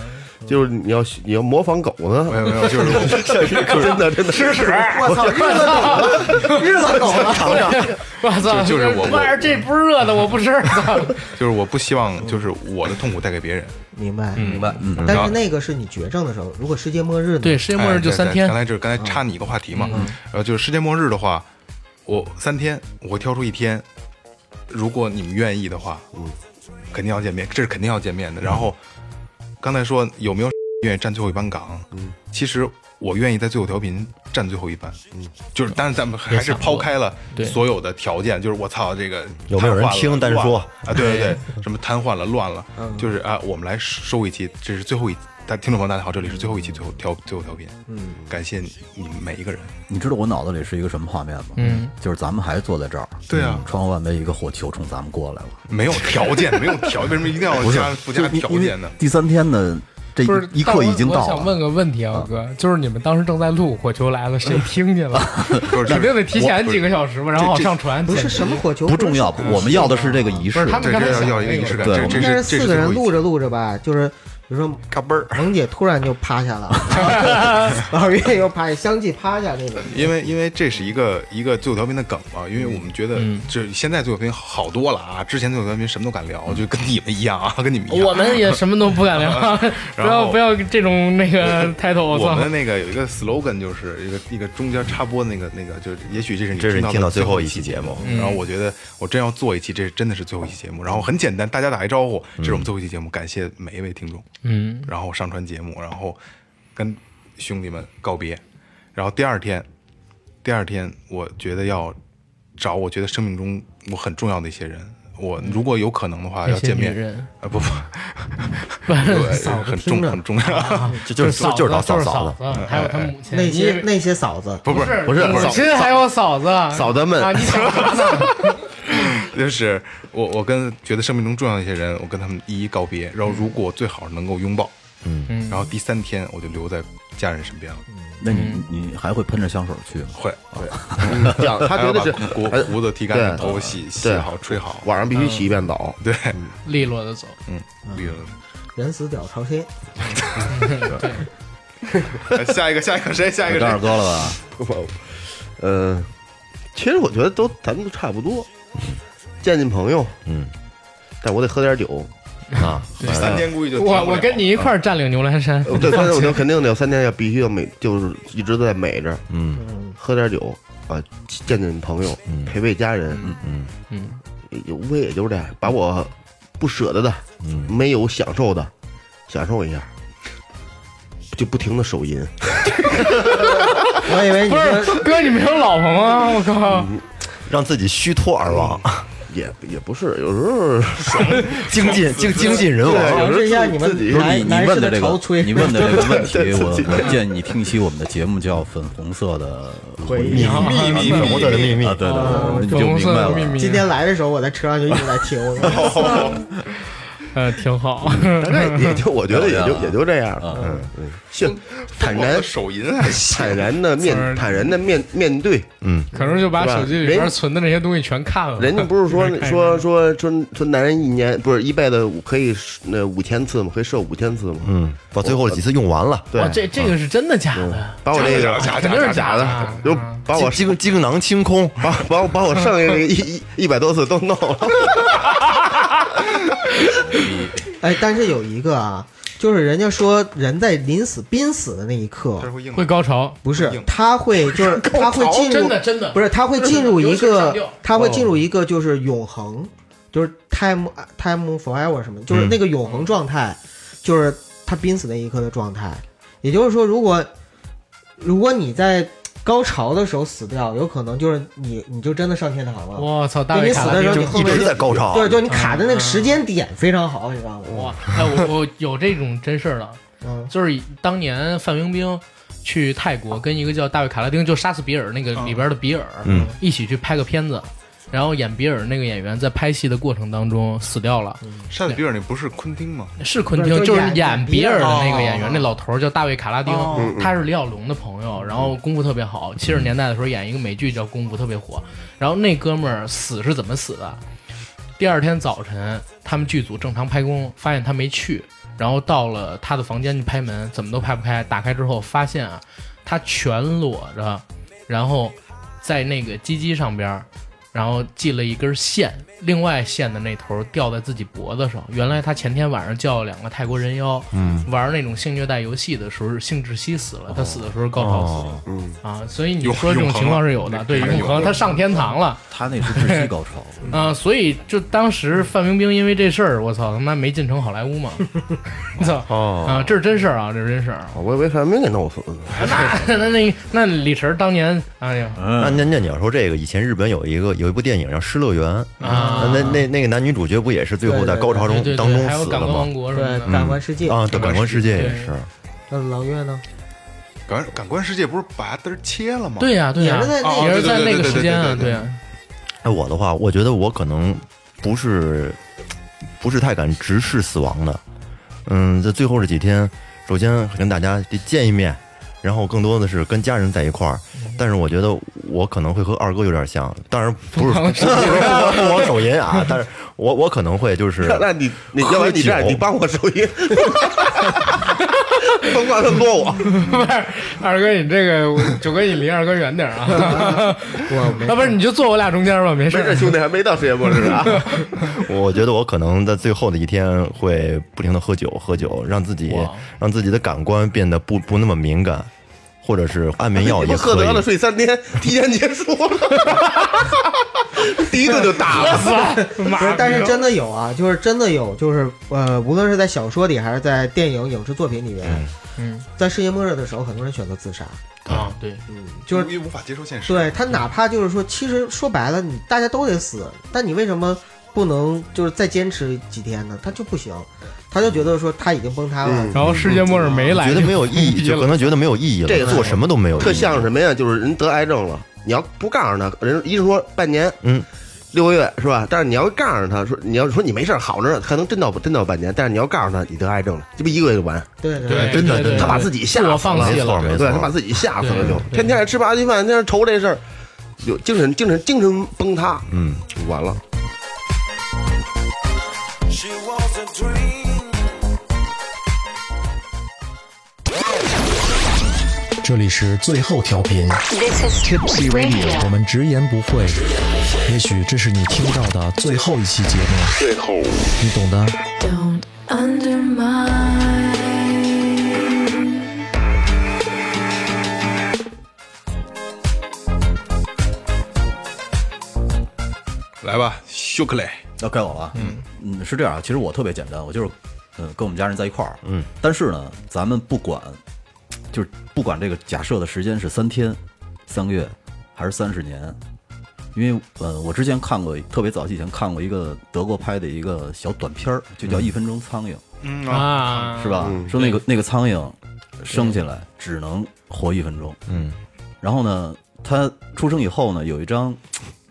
Speaker 3: 就是你要你要模仿狗
Speaker 2: 没
Speaker 3: 呢，
Speaker 2: 有没有，就是我
Speaker 3: 真的真的
Speaker 2: 吃屎，
Speaker 5: 我操，日子狗了，日子狗了，
Speaker 4: 我操，
Speaker 2: 就就是我
Speaker 4: 外边这不是热的，我不吃。
Speaker 6: 嗯
Speaker 4: 操
Speaker 2: 就是我不希望就是我的痛苦带给别人。
Speaker 5: 明白。
Speaker 6: 明白？嗯，
Speaker 5: 但是那个是你绝症的时候，如果世界末日呢？
Speaker 4: 对，世界
Speaker 2: 哎
Speaker 4: 末日就
Speaker 2: 对
Speaker 4: 三
Speaker 2: 对
Speaker 4: 天嗯
Speaker 2: 刚，才就是刚才插你一个话题嘛，然后呃就是世界末日的话，我三天我会挑出一天，如果你们愿意的话，
Speaker 1: 嗯
Speaker 2: 肯定要见面，这是肯定要见面的。然后刚才说有没有愿意站最后一班岗？
Speaker 1: 嗯
Speaker 2: 其实我愿意在最后调频站最后一班，
Speaker 1: 嗯
Speaker 2: 就是但是咱们还是
Speaker 4: 想过
Speaker 2: 抛开了
Speaker 4: 对
Speaker 2: 所有的条件，就是我操这个
Speaker 1: 有没有人
Speaker 2: 瘫痪了
Speaker 1: 听单
Speaker 2: 乱
Speaker 1: 说嗯
Speaker 2: 了啊？对对 对，什么瘫痪了、乱了，就是啊，我们来收一期，这是最后一。大听众朋友，大家好，这里是最后一期最后调最后调频，嗯，感谢你们每一个人。
Speaker 6: 你知道我脑子里是一个什么画面吗？
Speaker 4: 嗯，
Speaker 6: 就是咱们还坐在这儿，
Speaker 2: 对啊
Speaker 6: 嗯窗户外面一个火球冲咱们过来了。
Speaker 2: 没有条件，没有条，为什么一定要加附加
Speaker 6: 就你
Speaker 2: 条
Speaker 6: 因为
Speaker 2: 件呢？
Speaker 6: 第三天呢，这
Speaker 7: 不是
Speaker 6: 一刻已
Speaker 7: 但
Speaker 6: 经
Speaker 7: 我
Speaker 6: 到
Speaker 7: 我想
Speaker 6: 了。
Speaker 7: 问个问题啊，哥，就是你们当时正在录《火球来了》，谁听见了？
Speaker 2: 不是
Speaker 7: 肯定得提前几个小时嘛，然后好
Speaker 6: 这
Speaker 7: 上传。
Speaker 5: 不是什么火球，
Speaker 6: 不重要，
Speaker 5: 不是
Speaker 6: 我们要的是这个仪
Speaker 7: 不
Speaker 6: 式
Speaker 7: 是。他们
Speaker 2: 这
Speaker 7: 刚
Speaker 2: 这
Speaker 7: 才
Speaker 2: 要
Speaker 7: 想
Speaker 2: 要一个
Speaker 7: 那
Speaker 2: 仪
Speaker 7: 个
Speaker 2: 式感，
Speaker 6: 对
Speaker 2: 这
Speaker 6: 我
Speaker 2: 这
Speaker 5: 应该
Speaker 2: 是
Speaker 5: 是
Speaker 2: 这
Speaker 5: 四个
Speaker 2: 最
Speaker 5: 人
Speaker 2: 后一
Speaker 5: 录
Speaker 2: 集
Speaker 5: 着录着吧，就是比如说
Speaker 2: 嘎嘣儿。
Speaker 5: 萌姐突然就趴下了， 老岳又趴下，相继趴下那种。
Speaker 2: 因为因为这是一个一个最后调频的梗嘛，因为我们觉得这现在最后调频好多了啊，之前最后调频什么都敢聊，就跟你们一样啊， 跟你们一样。
Speaker 4: 我们也什么都不敢聊， 不
Speaker 2: 然
Speaker 4: 要
Speaker 2: 后
Speaker 4: 不要这种那个啊 title，我
Speaker 2: 我
Speaker 4: 操！
Speaker 2: 们那个有一个 slogan，就是一个一个中间插播那个那个，就是也许这是你
Speaker 1: 这是你听到
Speaker 2: 的
Speaker 1: 最
Speaker 2: 最
Speaker 1: 后一
Speaker 2: 期
Speaker 1: 期节目
Speaker 4: 嗯
Speaker 2: 然后我觉得我真要做一期，这真的是最后一期节目。然后很简单，大家打一招呼，这是我们最后一期节目，感谢每一位听众。
Speaker 4: 嗯，
Speaker 2: 然后上传节目，然后跟兄弟们告别。然后第二天，第二天我觉得要找我觉得生命中我很重要的一些人，我如果有可能的话
Speaker 4: 那
Speaker 2: 要
Speaker 4: 些
Speaker 2: 见
Speaker 4: 女
Speaker 2: 面。
Speaker 4: 人，
Speaker 2: 啊不 不，
Speaker 4: 不是
Speaker 2: 对很重很重要，
Speaker 4: 嗯
Speaker 1: 就就是
Speaker 4: 嫂子，
Speaker 1: 就是老
Speaker 4: 嫂
Speaker 1: 嫂
Speaker 4: 嫂
Speaker 1: 嫂子，
Speaker 4: 子，还有他母亲，
Speaker 5: 那
Speaker 4: 你
Speaker 5: 些那些嫂子，
Speaker 2: 不不
Speaker 7: 是
Speaker 2: 是
Speaker 7: 不
Speaker 3: 是
Speaker 7: 母
Speaker 3: 嫂
Speaker 7: 亲还有嫂子，
Speaker 3: 嫂子们
Speaker 4: 嗯
Speaker 7: 啊，你想什么呢？
Speaker 2: 就是我我跟觉得生命中重要的一些人，我跟他们一一告别。然后如果最好能够拥抱，嗯，然后第三天我就留在家人身边了，
Speaker 6: 那你
Speaker 7: 嗯
Speaker 6: 你还会喷着香水去吗？
Speaker 2: 会会，
Speaker 3: 嗯这样他
Speaker 2: 还
Speaker 3: 觉
Speaker 2: 要
Speaker 3: 得
Speaker 2: 把
Speaker 3: 是
Speaker 2: 胡
Speaker 3: 哎
Speaker 2: 胡子剃干，
Speaker 3: 对
Speaker 2: 头发洗洗
Speaker 3: 对
Speaker 2: 好吹好，
Speaker 3: 晚上必须洗一遍澡，
Speaker 2: 对，
Speaker 4: 利落的走，
Speaker 2: 嗯，绿了。
Speaker 5: 人死屌朝 天，
Speaker 2: 哎下一个，下一个谁？下一
Speaker 6: 给
Speaker 2: 个
Speaker 6: 二
Speaker 2: 谁？
Speaker 6: 哥了吧？
Speaker 3: 呃，其实我觉得都咱们都差不多，见见朋友，
Speaker 1: 嗯，
Speaker 3: 但我得喝点酒，
Speaker 1: 啊，
Speaker 2: 三天估计就停不了
Speaker 4: 我我跟你一块儿占领牛栏山，
Speaker 3: 呃对，三 天我就肯定得有三天要必须要美，就是一直都在美着，
Speaker 1: 嗯
Speaker 3: 喝点酒啊，见见朋友，陪陪家人，
Speaker 1: 嗯
Speaker 4: 嗯
Speaker 3: 也就无非也就是这样，把我不舍得的，没有享受的，享受一下。就不停的手淫，
Speaker 5: 我以为你
Speaker 4: 不
Speaker 5: 说
Speaker 4: 是哥，你没有老婆吗？我靠，
Speaker 1: 让自己虚脱而亡，
Speaker 4: 嗯
Speaker 3: 也也不是，有时候
Speaker 1: 精尽 精精尽人
Speaker 3: 对
Speaker 1: 亡。
Speaker 5: 尝试一下你们
Speaker 6: 不是
Speaker 5: 男
Speaker 6: 你
Speaker 5: 男
Speaker 6: 你
Speaker 5: 士
Speaker 6: 问的这
Speaker 5: 潮
Speaker 6: 个，
Speaker 5: 吹，
Speaker 6: 你 问的这个 问题，我我建议你听一期我们的节目叫《粉红色的回忆》啊，
Speaker 2: 秘密
Speaker 6: 粉红色的
Speaker 1: 秘密
Speaker 6: 啊，对对
Speaker 4: 啊
Speaker 6: 对，你
Speaker 4: 粉
Speaker 6: 就
Speaker 4: 红
Speaker 6: 明
Speaker 4: 色
Speaker 6: 白
Speaker 4: 的
Speaker 6: 了。
Speaker 4: 秘密，
Speaker 5: 今天来的时候，我在车上就一直在听。
Speaker 4: 呃挺好，
Speaker 3: 大概也就我觉得也
Speaker 6: 了解
Speaker 3: 就 也就
Speaker 6: 了
Speaker 3: 这样，嗯，嗯性坦然
Speaker 2: 手淫还行，
Speaker 3: 坦然的面坦然的面面对，
Speaker 7: 可能就把
Speaker 3: 是吧
Speaker 7: 手机里边存的那些东西全看了。
Speaker 3: 人家不是 说
Speaker 7: 看一看
Speaker 3: 说说说说男人一年不是一辈子可以那五千次吗？可以射五千次吗？
Speaker 1: 嗯，把最后几次用完了，
Speaker 3: 对，
Speaker 4: 哇，这这个是真的假的？
Speaker 3: 把我 这个
Speaker 2: 假
Speaker 4: 肯
Speaker 2: 假
Speaker 4: 定是
Speaker 2: 假
Speaker 4: 假的，啊
Speaker 3: 就把我
Speaker 1: 精精囊清空，
Speaker 3: 把把我把我剩下的一一一百多次都弄了，
Speaker 5: 哎，但是有一个啊，就是人家说人在临死濒死的那一刻
Speaker 2: 这，是会硬
Speaker 4: 会高潮，
Speaker 5: 不是
Speaker 2: 硬
Speaker 5: 他会 就是他会进入
Speaker 4: 真的真的
Speaker 5: 不是他会进入一
Speaker 4: 尤其嗯是上
Speaker 5: 个
Speaker 4: 吊
Speaker 5: 他会进入一个就是永恒，就是 time time forever 什么，就是那个永恒状态，就是他濒死那一刻的状态。也就是说，如果如果你在高潮的时候死掉，有可能就是你你就真的上天堂了。
Speaker 4: 我操，大卫
Speaker 5: 你
Speaker 4: 卡
Speaker 5: 死
Speaker 4: 拉
Speaker 5: 的时候
Speaker 4: 丁
Speaker 5: 你
Speaker 1: 一直在高潮
Speaker 5: 对，，就是你卡的那个时间点非常好，你知道吗？
Speaker 4: 嗯哇，哎，我我有这种真事儿了，
Speaker 5: 嗯，
Speaker 4: 就是当年范冰冰去泰国跟一个叫大卫卡拉丁，就杀死比尔那个里边的比尔，
Speaker 1: 嗯，
Speaker 4: 一起去拍个片子。然后演比尔那个演员在拍戏的过程当中死掉了，
Speaker 2: 扇子比尔那不是昆汀吗？
Speaker 4: 是昆汀，
Speaker 5: 不是
Speaker 4: 就
Speaker 5: 就是是
Speaker 4: 演
Speaker 5: 演
Speaker 4: 比
Speaker 5: 比
Speaker 4: 尔
Speaker 5: 尔
Speaker 4: 的那个演
Speaker 5: 哦
Speaker 4: 员，那老头儿叫大卫·卡拉丁，他是李小龙的朋友，然后功夫特别好。七十年代的时候演一个美剧叫《功夫》，特别火。然后那哥们儿死是怎么死的？第二天早晨，他们剧组正常拍工，发现他没去，然后到了他的房间去拍门，怎么都拍不开。打开之后，发现啊，他全裸着，然后在那个鸡鸡上边儿，然后系了一根线，另外线的那头吊在自己脖子上。原来他前天晚上叫了两个泰国人妖，嗯，玩那种性虐待游戏的时候，性窒息死了。他死的时候高潮死了，嗯啊，所以你
Speaker 2: 永
Speaker 4: 说这种
Speaker 2: 永恒
Speaker 4: 情况
Speaker 2: 了
Speaker 4: 是有的，对，
Speaker 2: 还是
Speaker 4: 永
Speaker 2: 有嗯
Speaker 4: 恒，他上天堂了。
Speaker 6: 他那是窒息高 潮，
Speaker 4: 啊、所以就当时范冰冰因为这事儿，我操他妈没进城好莱坞嘛， 我操
Speaker 1: 哦
Speaker 4: 啊、这是真事儿啊，这是真事儿。
Speaker 3: 我以为范冰给弄死了呢。
Speaker 4: 那那那那李晨当年，哎呀，
Speaker 1: 那那那你要说这个，以前日本有一个有一部电影叫《失乐园》
Speaker 4: 啊
Speaker 1: 那那那个男女主角不也是最后在高潮中
Speaker 4: 对对
Speaker 1: 当
Speaker 4: 对，
Speaker 1: 中
Speaker 4: 还有
Speaker 1: 死
Speaker 4: 感
Speaker 1: 了
Speaker 4: 官
Speaker 1: 吗
Speaker 4: 王？国什么
Speaker 5: 对，
Speaker 4: 的，
Speaker 5: 感官世界。
Speaker 1: 啊，对，感官世界也
Speaker 4: 对
Speaker 1: 是，
Speaker 5: 那老岳呢？
Speaker 2: 感感官世界不是把嘚儿切了吗？
Speaker 4: 对呀、对呀、
Speaker 5: 也是在那
Speaker 2: 哦
Speaker 4: 也
Speaker 5: 个
Speaker 4: 是在那个时间啊，
Speaker 2: 对对对对对对
Speaker 4: 呀、
Speaker 1: 哎，我的话，我觉得我可能不是不是太敢直视死亡的，嗯，在最后这几天，首先跟大家得见一面，然后更多的是跟家人在一块儿。
Speaker 3: 嗯
Speaker 1: 但是我觉得我可能会和二哥有点像，当然不是不是 不光手淫啊，但是我我可能会就是
Speaker 3: 那你你
Speaker 1: 喝
Speaker 3: 要不然你这样，
Speaker 1: 酒
Speaker 3: 你帮我收音，甭管他摸我，
Speaker 7: 二哥，你这个我九哥，你离二哥远点儿啊！
Speaker 5: 我没
Speaker 7: 要不然你就坐我俩中间吧，没事
Speaker 3: 没
Speaker 7: 儿
Speaker 3: 事，。兄弟还没到世界末日啊。
Speaker 1: 我觉得我可能在最后的一天会不停的喝酒，喝酒，让自己让自己的感官变得不不那么敏感，或者是安眠药
Speaker 3: 你
Speaker 1: 也
Speaker 3: 不喝
Speaker 1: 可
Speaker 3: 得了，
Speaker 1: 以。
Speaker 3: 睡三天，提前结束了， 第一顿就打了。
Speaker 5: 不是，但是真的有啊，就是真的有，就是呃，无论是在小说里还是在电影影视作品里面，
Speaker 7: 嗯
Speaker 5: 在世界末日的时候，很多人选择自杀，嗯
Speaker 7: 啊，对，
Speaker 5: 就是
Speaker 2: 因为无法接受现实。
Speaker 5: 对他，哪怕就是说，其实说白了，你大家都得死，但你为什么不能就是再坚持几天呢？他就不行，他就觉得说他已经崩塌了。
Speaker 3: 嗯
Speaker 7: 然后世界末日没来，
Speaker 1: 觉得没有意义，就可能觉得没有意义了，
Speaker 3: 这个
Speaker 1: 做什么都没有意义。
Speaker 3: 特像什么呀？就是人得癌症了，你要不告诉他，人医生说半年，
Speaker 1: 嗯，
Speaker 3: 六个月是吧？但是你要告诉他说，你要说你没事儿好着呢，可能真到真到半年，但是你要告诉他你得癌症了，这不一个月就完，
Speaker 5: 对对
Speaker 7: 对，
Speaker 1: 真的
Speaker 7: 对
Speaker 1: 真的
Speaker 7: 对
Speaker 3: 他把自己吓
Speaker 7: 自我
Speaker 3: 死
Speaker 7: 放
Speaker 1: 没
Speaker 7: 弃
Speaker 1: 错
Speaker 7: 了，
Speaker 1: 没错
Speaker 3: 对，他把自己吓死了
Speaker 7: 对
Speaker 3: 就，
Speaker 7: 对
Speaker 3: 天天还吃八斤饭，天天愁这事儿，有精神精神精神崩塌，
Speaker 1: 嗯，
Speaker 3: 就完了。
Speaker 8: She was a dream.
Speaker 9: 这里是最后调频
Speaker 10: This is
Speaker 9: Tipsy Radio，我
Speaker 10: Radio.
Speaker 9: 们直言不讳，也许这是你听到的最后一期节目，最后，你懂的。
Speaker 10: Don't undermine.
Speaker 2: 来吧，休克雷，
Speaker 6: 要该我了。嗯嗯，是这样啊，其实我特别简单，我就是，嗯，跟我们家人在一块儿。嗯，但是呢，咱们不管，就是不管这个假设的时间是三天、三个月还是三十年，因为呃，我之前看过，特别早期以前看过一个德国拍的一个小短片儿，就叫《一分钟苍蝇》，
Speaker 2: 嗯
Speaker 7: 啊，
Speaker 6: 是？吧？说那个那个苍蝇生下来只能活一分钟。
Speaker 1: 嗯，
Speaker 6: 然后呢，他出生以后呢，有一张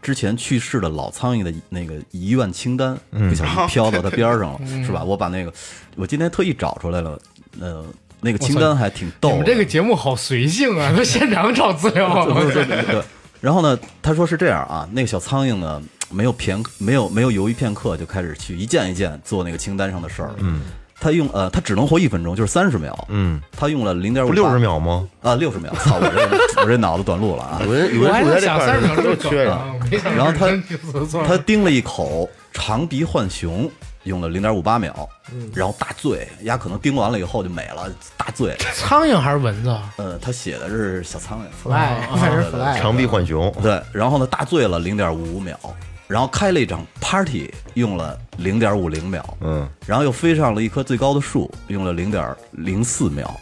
Speaker 6: 之前去世的老苍蝇的那个遗愿清单，
Speaker 7: 嗯
Speaker 6: 不小心飘到他边儿上了，是吧？我把那个，我今天特意找出来了，呃，那个清单还挺逗
Speaker 7: 你
Speaker 6: 的。
Speaker 7: 们这个节目好随性啊，都现场找资
Speaker 4: 哦
Speaker 7: 料啊。
Speaker 6: 对对对。然后呢，他说是这样啊，那个小苍蝇呢，没有片没有没有犹豫片刻，就开始去一件一件做那个清单上的事儿。嗯，他用呃，他只能活一分钟，就是三十秒。
Speaker 1: 嗯，
Speaker 6: 他用了零点五
Speaker 1: 不六十秒吗？
Speaker 6: 啊，六十秒。操，我这我这脑子短路了啊！
Speaker 3: 有人有
Speaker 7: 我
Speaker 3: 人
Speaker 7: 还
Speaker 3: 住
Speaker 7: 是
Speaker 3: 在这
Speaker 7: 想
Speaker 3: 块
Speaker 7: 三十秒
Speaker 3: 儿
Speaker 7: 钟
Speaker 3: 都缺着，
Speaker 7: 着
Speaker 6: 然后他他
Speaker 7: 他
Speaker 6: 叮了一口长鼻浣熊，用了零点五八秒，然后大醉，鸭可能叮完了以后就没了，大醉。
Speaker 7: 苍蝇还是蚊子啊？
Speaker 6: 呃，他写的是小苍蝇，
Speaker 5: ，fly
Speaker 7: 啊
Speaker 5: 还是
Speaker 6: 对
Speaker 5: fly，
Speaker 1: 长臂浣熊，
Speaker 6: 对，然后呢大醉了零点五五秒，然后开了一场 party，用了零点五零秒，
Speaker 1: 嗯，
Speaker 6: 然后又飞上了一棵最高的树，用了零点零四秒，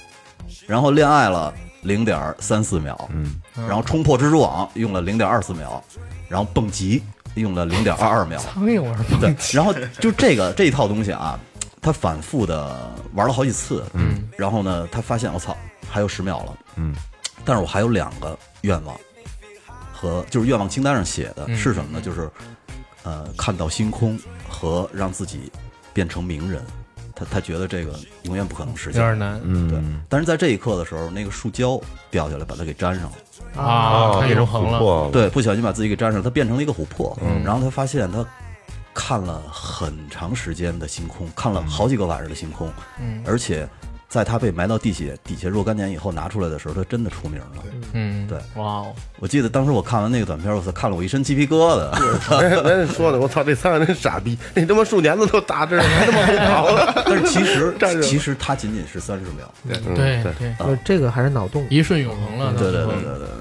Speaker 6: 然后恋爱了零点三四秒，嗯，然后冲破蜘蛛网用了零点二四秒，然后蹦极用了零点二二秒，
Speaker 7: 苍蝇我是不
Speaker 6: 对，然后就这个这一套东西啊，他反复的玩了好几次，嗯，然后呢，他发现我操，还有十秒了，
Speaker 1: 嗯，
Speaker 6: 但是我还有两个愿望和就是愿望清单上写的是什么呢？就是呃，看到星空和让自己变成名人，他他觉得这个永远不可能实
Speaker 7: 有
Speaker 6: 现，
Speaker 7: 点难
Speaker 1: 嗯
Speaker 6: 对，但是在这一刻的时候，那个树胶掉下来把它给粘上了。
Speaker 7: 啊，
Speaker 1: 哦
Speaker 7: 太
Speaker 1: 变
Speaker 7: 永
Speaker 1: 成
Speaker 7: 恒
Speaker 1: 琥
Speaker 7: 了。
Speaker 1: 珀了，
Speaker 6: 对，不小心把自己给粘上了，他变成了一个琥珀。
Speaker 3: 嗯
Speaker 6: 然后他发现他看了很长时间的星空，看
Speaker 3: 嗯
Speaker 6: 了好几个晚上的星空，而且在他被埋到地下底下若干年以后拿出来的时候，他真的出名了。
Speaker 7: 嗯，
Speaker 6: 对
Speaker 7: 哇哦，
Speaker 6: 我记得当时我看完那个短片，我操，看了我一身鸡皮疙瘩。
Speaker 3: 人人说呢，我操，这苍蝇真傻逼，那他妈树帘子都打这儿，还他妈不逃了。嗯
Speaker 6: 但是其实
Speaker 3: 站着
Speaker 6: 其实他仅仅是三十秒。
Speaker 7: 对对，
Speaker 5: 就是这个还是脑洞。
Speaker 7: 一瞬永恒了。
Speaker 6: 啊嗯对对
Speaker 7: 到
Speaker 6: 对
Speaker 7: 最后
Speaker 6: 对对，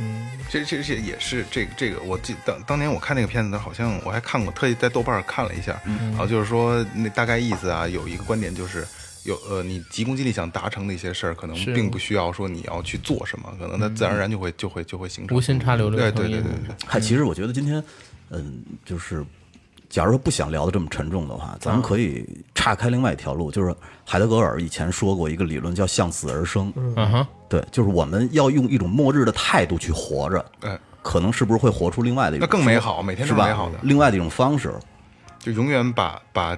Speaker 3: 嗯
Speaker 2: 这这这也是这个这个，我记当当年我看那个片子的时候，好像我还看过，特意在豆瓣儿看了一下，然后就是说那大概意思啊，有一个观点就是。有呃，你急功近利想达成的一些事儿，可能
Speaker 7: 是
Speaker 2: 并不需要说你要去做什么，可能它自然而然就会就会就会形成
Speaker 7: 无。心插柳柳
Speaker 2: 对
Speaker 7: 成
Speaker 2: 对对
Speaker 7: 荫
Speaker 2: 对。对，
Speaker 6: 嗨，其实我觉得今天，嗯，就是，假如说不想聊的这么沉重的话，咱
Speaker 3: 嗯
Speaker 6: 们可以岔开另外一条路，就是海德格尔以前说过一个理论叫向死而生，
Speaker 7: 嗯哼，
Speaker 6: 对，就是我们要用一种末日的态度去活着，
Speaker 2: 哎，
Speaker 6: 可能是不是会活出另外的一种
Speaker 2: 那更美好每天都
Speaker 6: 是吧
Speaker 2: 是美好的
Speaker 6: 另外的一种方式，
Speaker 2: 就永远把把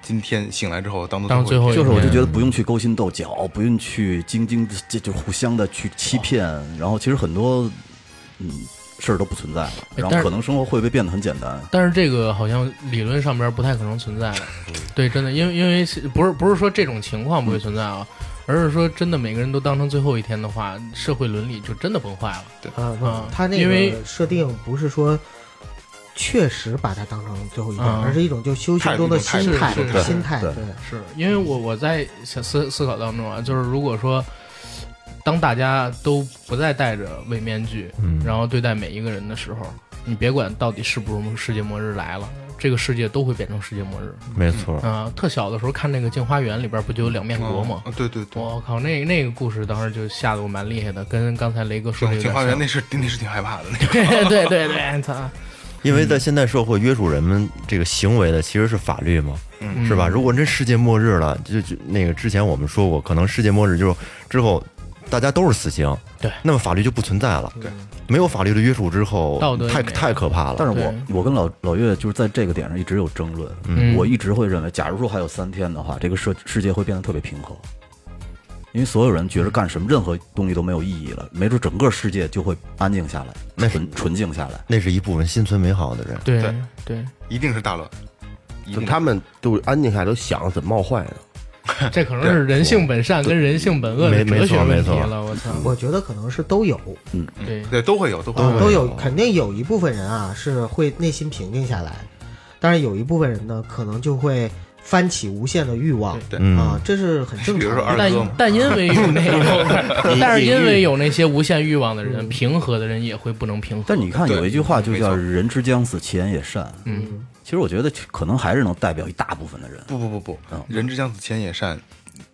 Speaker 2: 今天醒来之后当做
Speaker 4: 当嗯最后一
Speaker 6: 就是我就
Speaker 4: 天
Speaker 6: 觉得不用去勾心斗角，不用去斤斤这就互相的去欺骗，然后其实很多嗯事儿都不存在了，然
Speaker 4: 哎但
Speaker 6: 后
Speaker 4: 是
Speaker 6: 可能生活会不会变得很简单？
Speaker 4: 但是这个好像理论上边不太可能存在的，啊
Speaker 6: 嗯
Speaker 4: 对，真的，因为因为是不是不是说这种情况不会存在啊，而是说真的每个人都当成最后一天的话，社会伦理就真的崩坏了。
Speaker 5: 啊
Speaker 4: 啊，
Speaker 5: 他那
Speaker 4: 因为
Speaker 5: 个设定不是说确实把它当成最后一天，
Speaker 4: 嗯
Speaker 5: 而是一种就修行中的
Speaker 4: 态
Speaker 5: 心
Speaker 4: 度
Speaker 5: 态
Speaker 4: 是是，
Speaker 5: 心态
Speaker 6: 对
Speaker 5: 对。
Speaker 4: 是因为我我在想思思考当中啊，就是如果说当大家都不再戴着伪面具，
Speaker 1: 嗯
Speaker 4: 然后对待每一个人的时候，你别管到底是不是世界末日来了，这个世界都会变成世界末日。
Speaker 1: 没错，
Speaker 4: 啊，特小的时候看那个《镜花缘》里边不就有两面国吗？
Speaker 2: 啊，对对对，
Speaker 4: 我靠，那那个故事当时就吓得我蛮厉害的，跟刚才雷哥说的有
Speaker 2: 警
Speaker 4: 点
Speaker 2: 花园
Speaker 4: 像。
Speaker 2: 那是那是挺害怕的，那
Speaker 4: 对 对对对，操，
Speaker 1: 因为在现代社会约束人们这个行为的其实是法律嘛，
Speaker 2: 嗯
Speaker 1: 是吧？如果真世界末日了，就就那个之前我们说过，可能世界末日就是之后大家都是死刑，
Speaker 4: 对
Speaker 1: 那么法律就不存在了，
Speaker 2: 对，
Speaker 1: 没有法律的约束之后
Speaker 4: 道德，也
Speaker 1: 太
Speaker 4: 没有
Speaker 1: 太可怕了。
Speaker 6: 但是
Speaker 4: 对
Speaker 6: 我我跟老老岳就是在这个点上一直有争论，
Speaker 4: 嗯
Speaker 6: 我一直会认为，假如说还有三天的话，这个世世界会变得特别平和，因为所有人觉得干什么任何东西都没有意义了，没准整个世界就会安静下
Speaker 1: 那
Speaker 6: 来，纯纯净下来。
Speaker 1: 那是一部分心存美好的人，
Speaker 4: 对
Speaker 2: 对
Speaker 4: 对，
Speaker 2: 一定是大乱，一
Speaker 3: 就
Speaker 2: 定
Speaker 3: 他们都安静下来，都想怎么冒坏呢？
Speaker 4: 这可能是人性本善跟人性本恶的
Speaker 1: 没没
Speaker 4: 哲学
Speaker 1: 错
Speaker 4: 问
Speaker 1: 没
Speaker 4: 题
Speaker 1: 错
Speaker 4: 了，我操，
Speaker 5: 啊我觉得可能是都有，
Speaker 4: 对。
Speaker 2: 对都会有都会
Speaker 5: 啊
Speaker 2: 有，
Speaker 5: 都有，肯定有一部分人啊是会内心平静下来，但是有一部分人呢，可能就会翻起无限的欲望
Speaker 2: 对
Speaker 5: 啊
Speaker 1: 嗯，，
Speaker 5: 这是很正
Speaker 2: 比如
Speaker 5: 常
Speaker 2: 说
Speaker 5: 的。
Speaker 2: 二
Speaker 4: 但
Speaker 2: 哥嘛，
Speaker 4: 但因为有 那 个，但是因为有那些无限欲望的
Speaker 5: 嗯
Speaker 4: 人，平和的人也会不能平和。
Speaker 6: 但你看
Speaker 2: 对
Speaker 6: 有一句话就
Speaker 2: 没
Speaker 6: 叫“
Speaker 2: 错
Speaker 6: 人之将死，其言也善”。
Speaker 4: 嗯，
Speaker 6: 其实我觉得可能还是能代表一大部分的人。
Speaker 2: 不不不不
Speaker 6: 嗯，
Speaker 2: 人之将死，其言也善，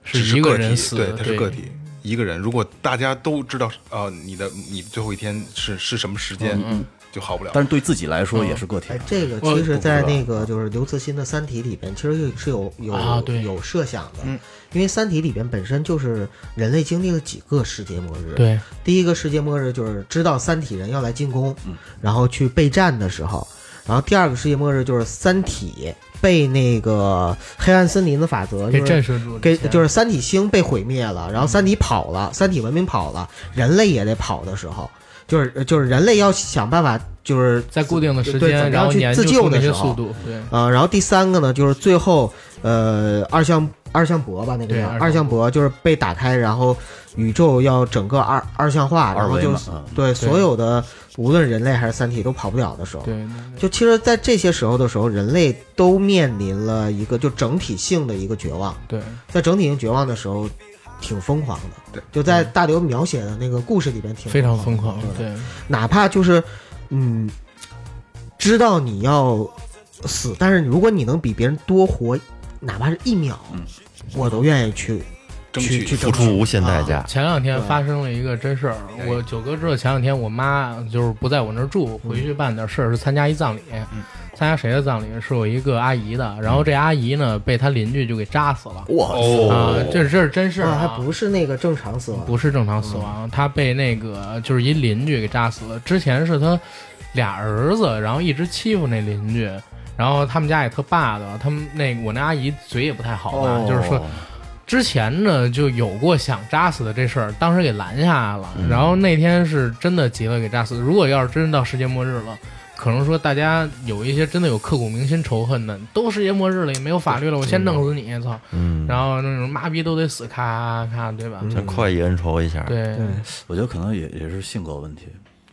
Speaker 4: 是
Speaker 2: 只是
Speaker 4: 一个
Speaker 2: 个
Speaker 4: 人
Speaker 2: 体
Speaker 4: 死
Speaker 2: 对
Speaker 4: 的，
Speaker 2: 它是
Speaker 4: 对
Speaker 2: 个体。一个人，如果大家都知道，呃，你的你最后一天是是什么时间，
Speaker 4: 嗯
Speaker 2: 就好不了。
Speaker 6: 但是对自己来说也是个体啊
Speaker 5: 哎。，这个
Speaker 4: 我
Speaker 5: 其实，在那个就是刘慈欣的《三体》里边，其实是有有、
Speaker 4: 啊对
Speaker 5: 有设想的，
Speaker 2: 嗯
Speaker 5: 因为《三体》里边本身就是人类经历了几个世界末日，，
Speaker 4: 对，
Speaker 5: 第一个世界末日就是知道三体人要来进攻，
Speaker 6: 嗯
Speaker 5: 然后去备战的时候，然后第二个世界末日就是三体被那个黑暗森林的法则
Speaker 4: 给
Speaker 5: 就是
Speaker 4: 震慑住了
Speaker 5: 给
Speaker 4: 之前
Speaker 5: 就是三体星被毁灭了，然后三体跑了，三体文明跑了，人类也得跑的时候，就是就是人类要想办法就是
Speaker 4: 在固定的时
Speaker 5: 对怎么
Speaker 4: 间，
Speaker 5: 样
Speaker 4: 然后
Speaker 5: 去
Speaker 4: 研
Speaker 5: 自
Speaker 4: 究
Speaker 5: 救
Speaker 4: 出那
Speaker 5: 的
Speaker 4: 些
Speaker 5: 时候
Speaker 4: 速度，对，
Speaker 5: 呃，然后第三个呢，就是最后呃二向二向箔吧，那个
Speaker 4: 对
Speaker 5: 叫
Speaker 4: 二
Speaker 5: 二
Speaker 4: 向
Speaker 5: 向箔就是被打开，然后宇宙要整个二二向化，然
Speaker 6: 二
Speaker 5: 后
Speaker 6: 维
Speaker 5: 就
Speaker 6: 嘛
Speaker 5: 是
Speaker 6: 嗯
Speaker 5: 对所有的无论人类还是三体都跑不了的时候。
Speaker 4: 对，
Speaker 5: 就其实，在这些时候的时候，人类都面临了一个就整体性的一个绝望。
Speaker 4: 对，
Speaker 5: 在整体性绝望的时候，挺疯狂的。
Speaker 2: 对，
Speaker 5: 就在大刘描写的那个故事里边，挺
Speaker 4: 嗯非常
Speaker 5: 的
Speaker 4: 疯狂，
Speaker 5: 对，
Speaker 4: 对，
Speaker 5: 哪怕就是，嗯，知道你要死，但是如果你能比别人多活，哪怕是一秒，
Speaker 4: 嗯
Speaker 5: 我都愿意去
Speaker 2: 争
Speaker 5: 去
Speaker 2: 取
Speaker 5: 去
Speaker 1: 付
Speaker 5: 争取啊
Speaker 1: 出无限代
Speaker 3: 啊
Speaker 1: 价，
Speaker 4: 前两天
Speaker 5: 对
Speaker 4: 发生了一个真事儿，
Speaker 2: 哎
Speaker 4: 我九哥知道前两天我妈就是不在我那儿住，回去办点事儿，是参加一葬礼。参加谁的葬礼？是我一个阿姨的。然后这阿姨呢，被她邻居就给扎死了。
Speaker 6: 哇
Speaker 4: 啊，这这是真事儿
Speaker 5: 啊，
Speaker 4: 啊，
Speaker 5: 还不是那个正常死亡，
Speaker 4: 不是正常死亡，她被那个就是一邻居给扎死了。之前是她俩儿子，然后一直欺负那邻居，然后他们家也特霸道，他们那我那阿姨嘴也不太好吧，
Speaker 6: 哦，
Speaker 4: 就是说之前呢就有过想扎死的这事儿，当时给拦下来了。
Speaker 5: 嗯
Speaker 4: 然后那天是真的急了给扎死。如果要是真到世界末日了，可能说大家有一些真的有刻骨铭心仇恨的，都世界末日了也没有法律了，我先弄死你，操！
Speaker 1: 嗯，
Speaker 4: 然后那种妈逼都得死，咔咔，对吧？
Speaker 1: 想快意恩仇一下，
Speaker 4: 对
Speaker 5: 对
Speaker 6: 我觉得可能也也是性格问题，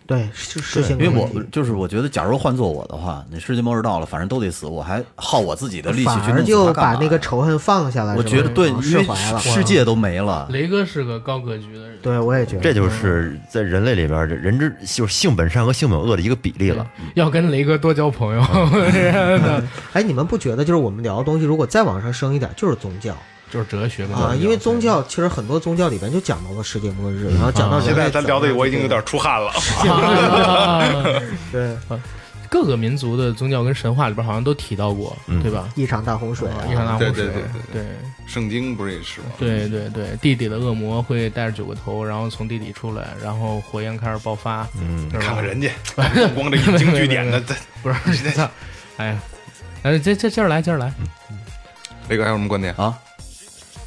Speaker 5: 对是是性
Speaker 6: 因
Speaker 5: 格
Speaker 6: 为
Speaker 5: 问
Speaker 6: 我
Speaker 5: 题
Speaker 6: 就是我觉得，假如换做我的话，你世界末日到了，反正都得死，我还耗我自己的力气
Speaker 5: 反
Speaker 6: 去
Speaker 5: 而
Speaker 6: 弄
Speaker 5: 就
Speaker 6: 死他干
Speaker 5: 把
Speaker 6: 嘛
Speaker 5: 那个，仇恨放下来，
Speaker 6: 我
Speaker 5: 是吧
Speaker 6: 觉得对，
Speaker 5: 啊
Speaker 6: 因
Speaker 5: 释
Speaker 6: 为
Speaker 5: 怀了，
Speaker 6: 世界都没了，
Speaker 4: 雷哥是个高格局的人，
Speaker 5: 对我也觉得
Speaker 1: 这就是在人类里边儿，这人之就是性本善和性本恶的一个比例了。
Speaker 4: 要跟雷哥多交朋友，
Speaker 5: 嗯
Speaker 4: 真的
Speaker 5: 哎，你们不觉得就是我们聊的东西，如果再往上升一点，就是宗教
Speaker 4: 就是哲学
Speaker 6: 嗯
Speaker 4: 嘛
Speaker 5: 啊，因为宗教其实很多宗教里边就讲到了世界末日，
Speaker 6: 嗯
Speaker 5: 然后讲到
Speaker 4: 啊
Speaker 5: 人
Speaker 2: 现在
Speaker 5: 类
Speaker 2: 咱
Speaker 5: 怎
Speaker 2: 聊
Speaker 5: 么
Speaker 2: 的
Speaker 5: 样
Speaker 2: 我
Speaker 5: 去
Speaker 2: 已经有
Speaker 5: 对
Speaker 2: 点出汗了。
Speaker 5: 对
Speaker 4: 各个民族的宗教跟神话里边好像都提到过，
Speaker 5: 嗯
Speaker 4: 对吧？
Speaker 5: 一场大洪水啊，
Speaker 4: 一场大洪
Speaker 2: 对
Speaker 4: 水，
Speaker 2: 对对
Speaker 4: 对
Speaker 2: 圣经不是也是吗？
Speaker 4: 对对对，地底的恶魔会带着九个头，然后从地底出来，然后火焰开始爆发。嗯，
Speaker 2: 看看人 家，光这引经据典的，这
Speaker 4: 不是，哎呀，哎，接接接着来，接着来。
Speaker 2: 雷哥还有什么观点
Speaker 5: 嗯
Speaker 6: 啊？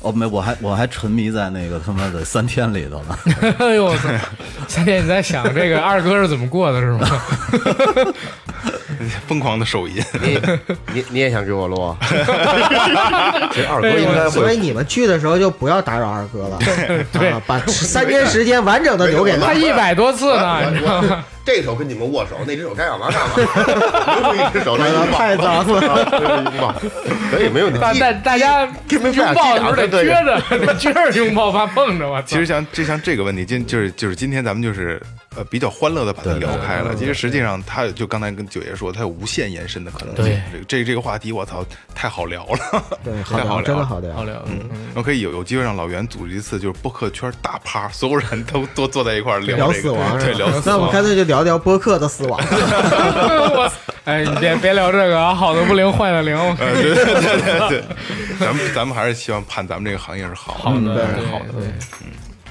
Speaker 6: 哦，没，我还我还沉迷在那个他妈的三天里头呢。
Speaker 4: 哎呦我操！夏天你在想这个二哥是怎么过的，是吗？
Speaker 2: 疯狂的手淫，
Speaker 3: 你你你也想给我录 啊？
Speaker 1: 其实二
Speaker 4: 哥应该
Speaker 5: 所以你们去的时候就不要打扰二哥了，
Speaker 4: 对
Speaker 5: 啊，把三天时间完整的留给
Speaker 4: 他
Speaker 5: 他。
Speaker 4: 一百多次呢，你知道吗？
Speaker 3: 这手跟你们握手，那只手该干嘛干嘛，留出一只手 来拥抱，
Speaker 5: 太脏了，
Speaker 3: 拥抱，可以没问题。
Speaker 4: 大大大家拥抱的时候得撅着，得撅着拥抱，怕碰着我操。
Speaker 2: 其实像就像这个问题，今就是就是今天咱们就是呃比较欢乐的把它聊开了。其实实际上，它就刚才跟九爷说，它有无限延伸的可能性
Speaker 4: 对。
Speaker 2: 这个这这个话题，我操，太好聊了，
Speaker 5: 对，好
Speaker 2: 太好
Speaker 5: 聊，真
Speaker 2: 聊
Speaker 5: 的
Speaker 2: 了。
Speaker 5: 好聊
Speaker 4: 好。聊，嗯
Speaker 2: 我可以有有机会让老袁组织一次，就是播客圈大趴，所有人都都坐在一块儿聊
Speaker 5: 聊
Speaker 2: 这个
Speaker 5: 死亡是
Speaker 2: 对，
Speaker 5: 吧？
Speaker 2: 聊死呃
Speaker 5: 那我
Speaker 2: 亡
Speaker 5: 们。干脆就聊聊播客的 死亡。
Speaker 4: 我哎，你别别聊这个啊，好的不灵，坏的灵。我
Speaker 2: 呃对对对对对，咱们咱们还是希望盼咱们这个行业是好
Speaker 4: 好
Speaker 2: 还
Speaker 4: 的，
Speaker 2: 是
Speaker 4: 对
Speaker 2: 嗯好的，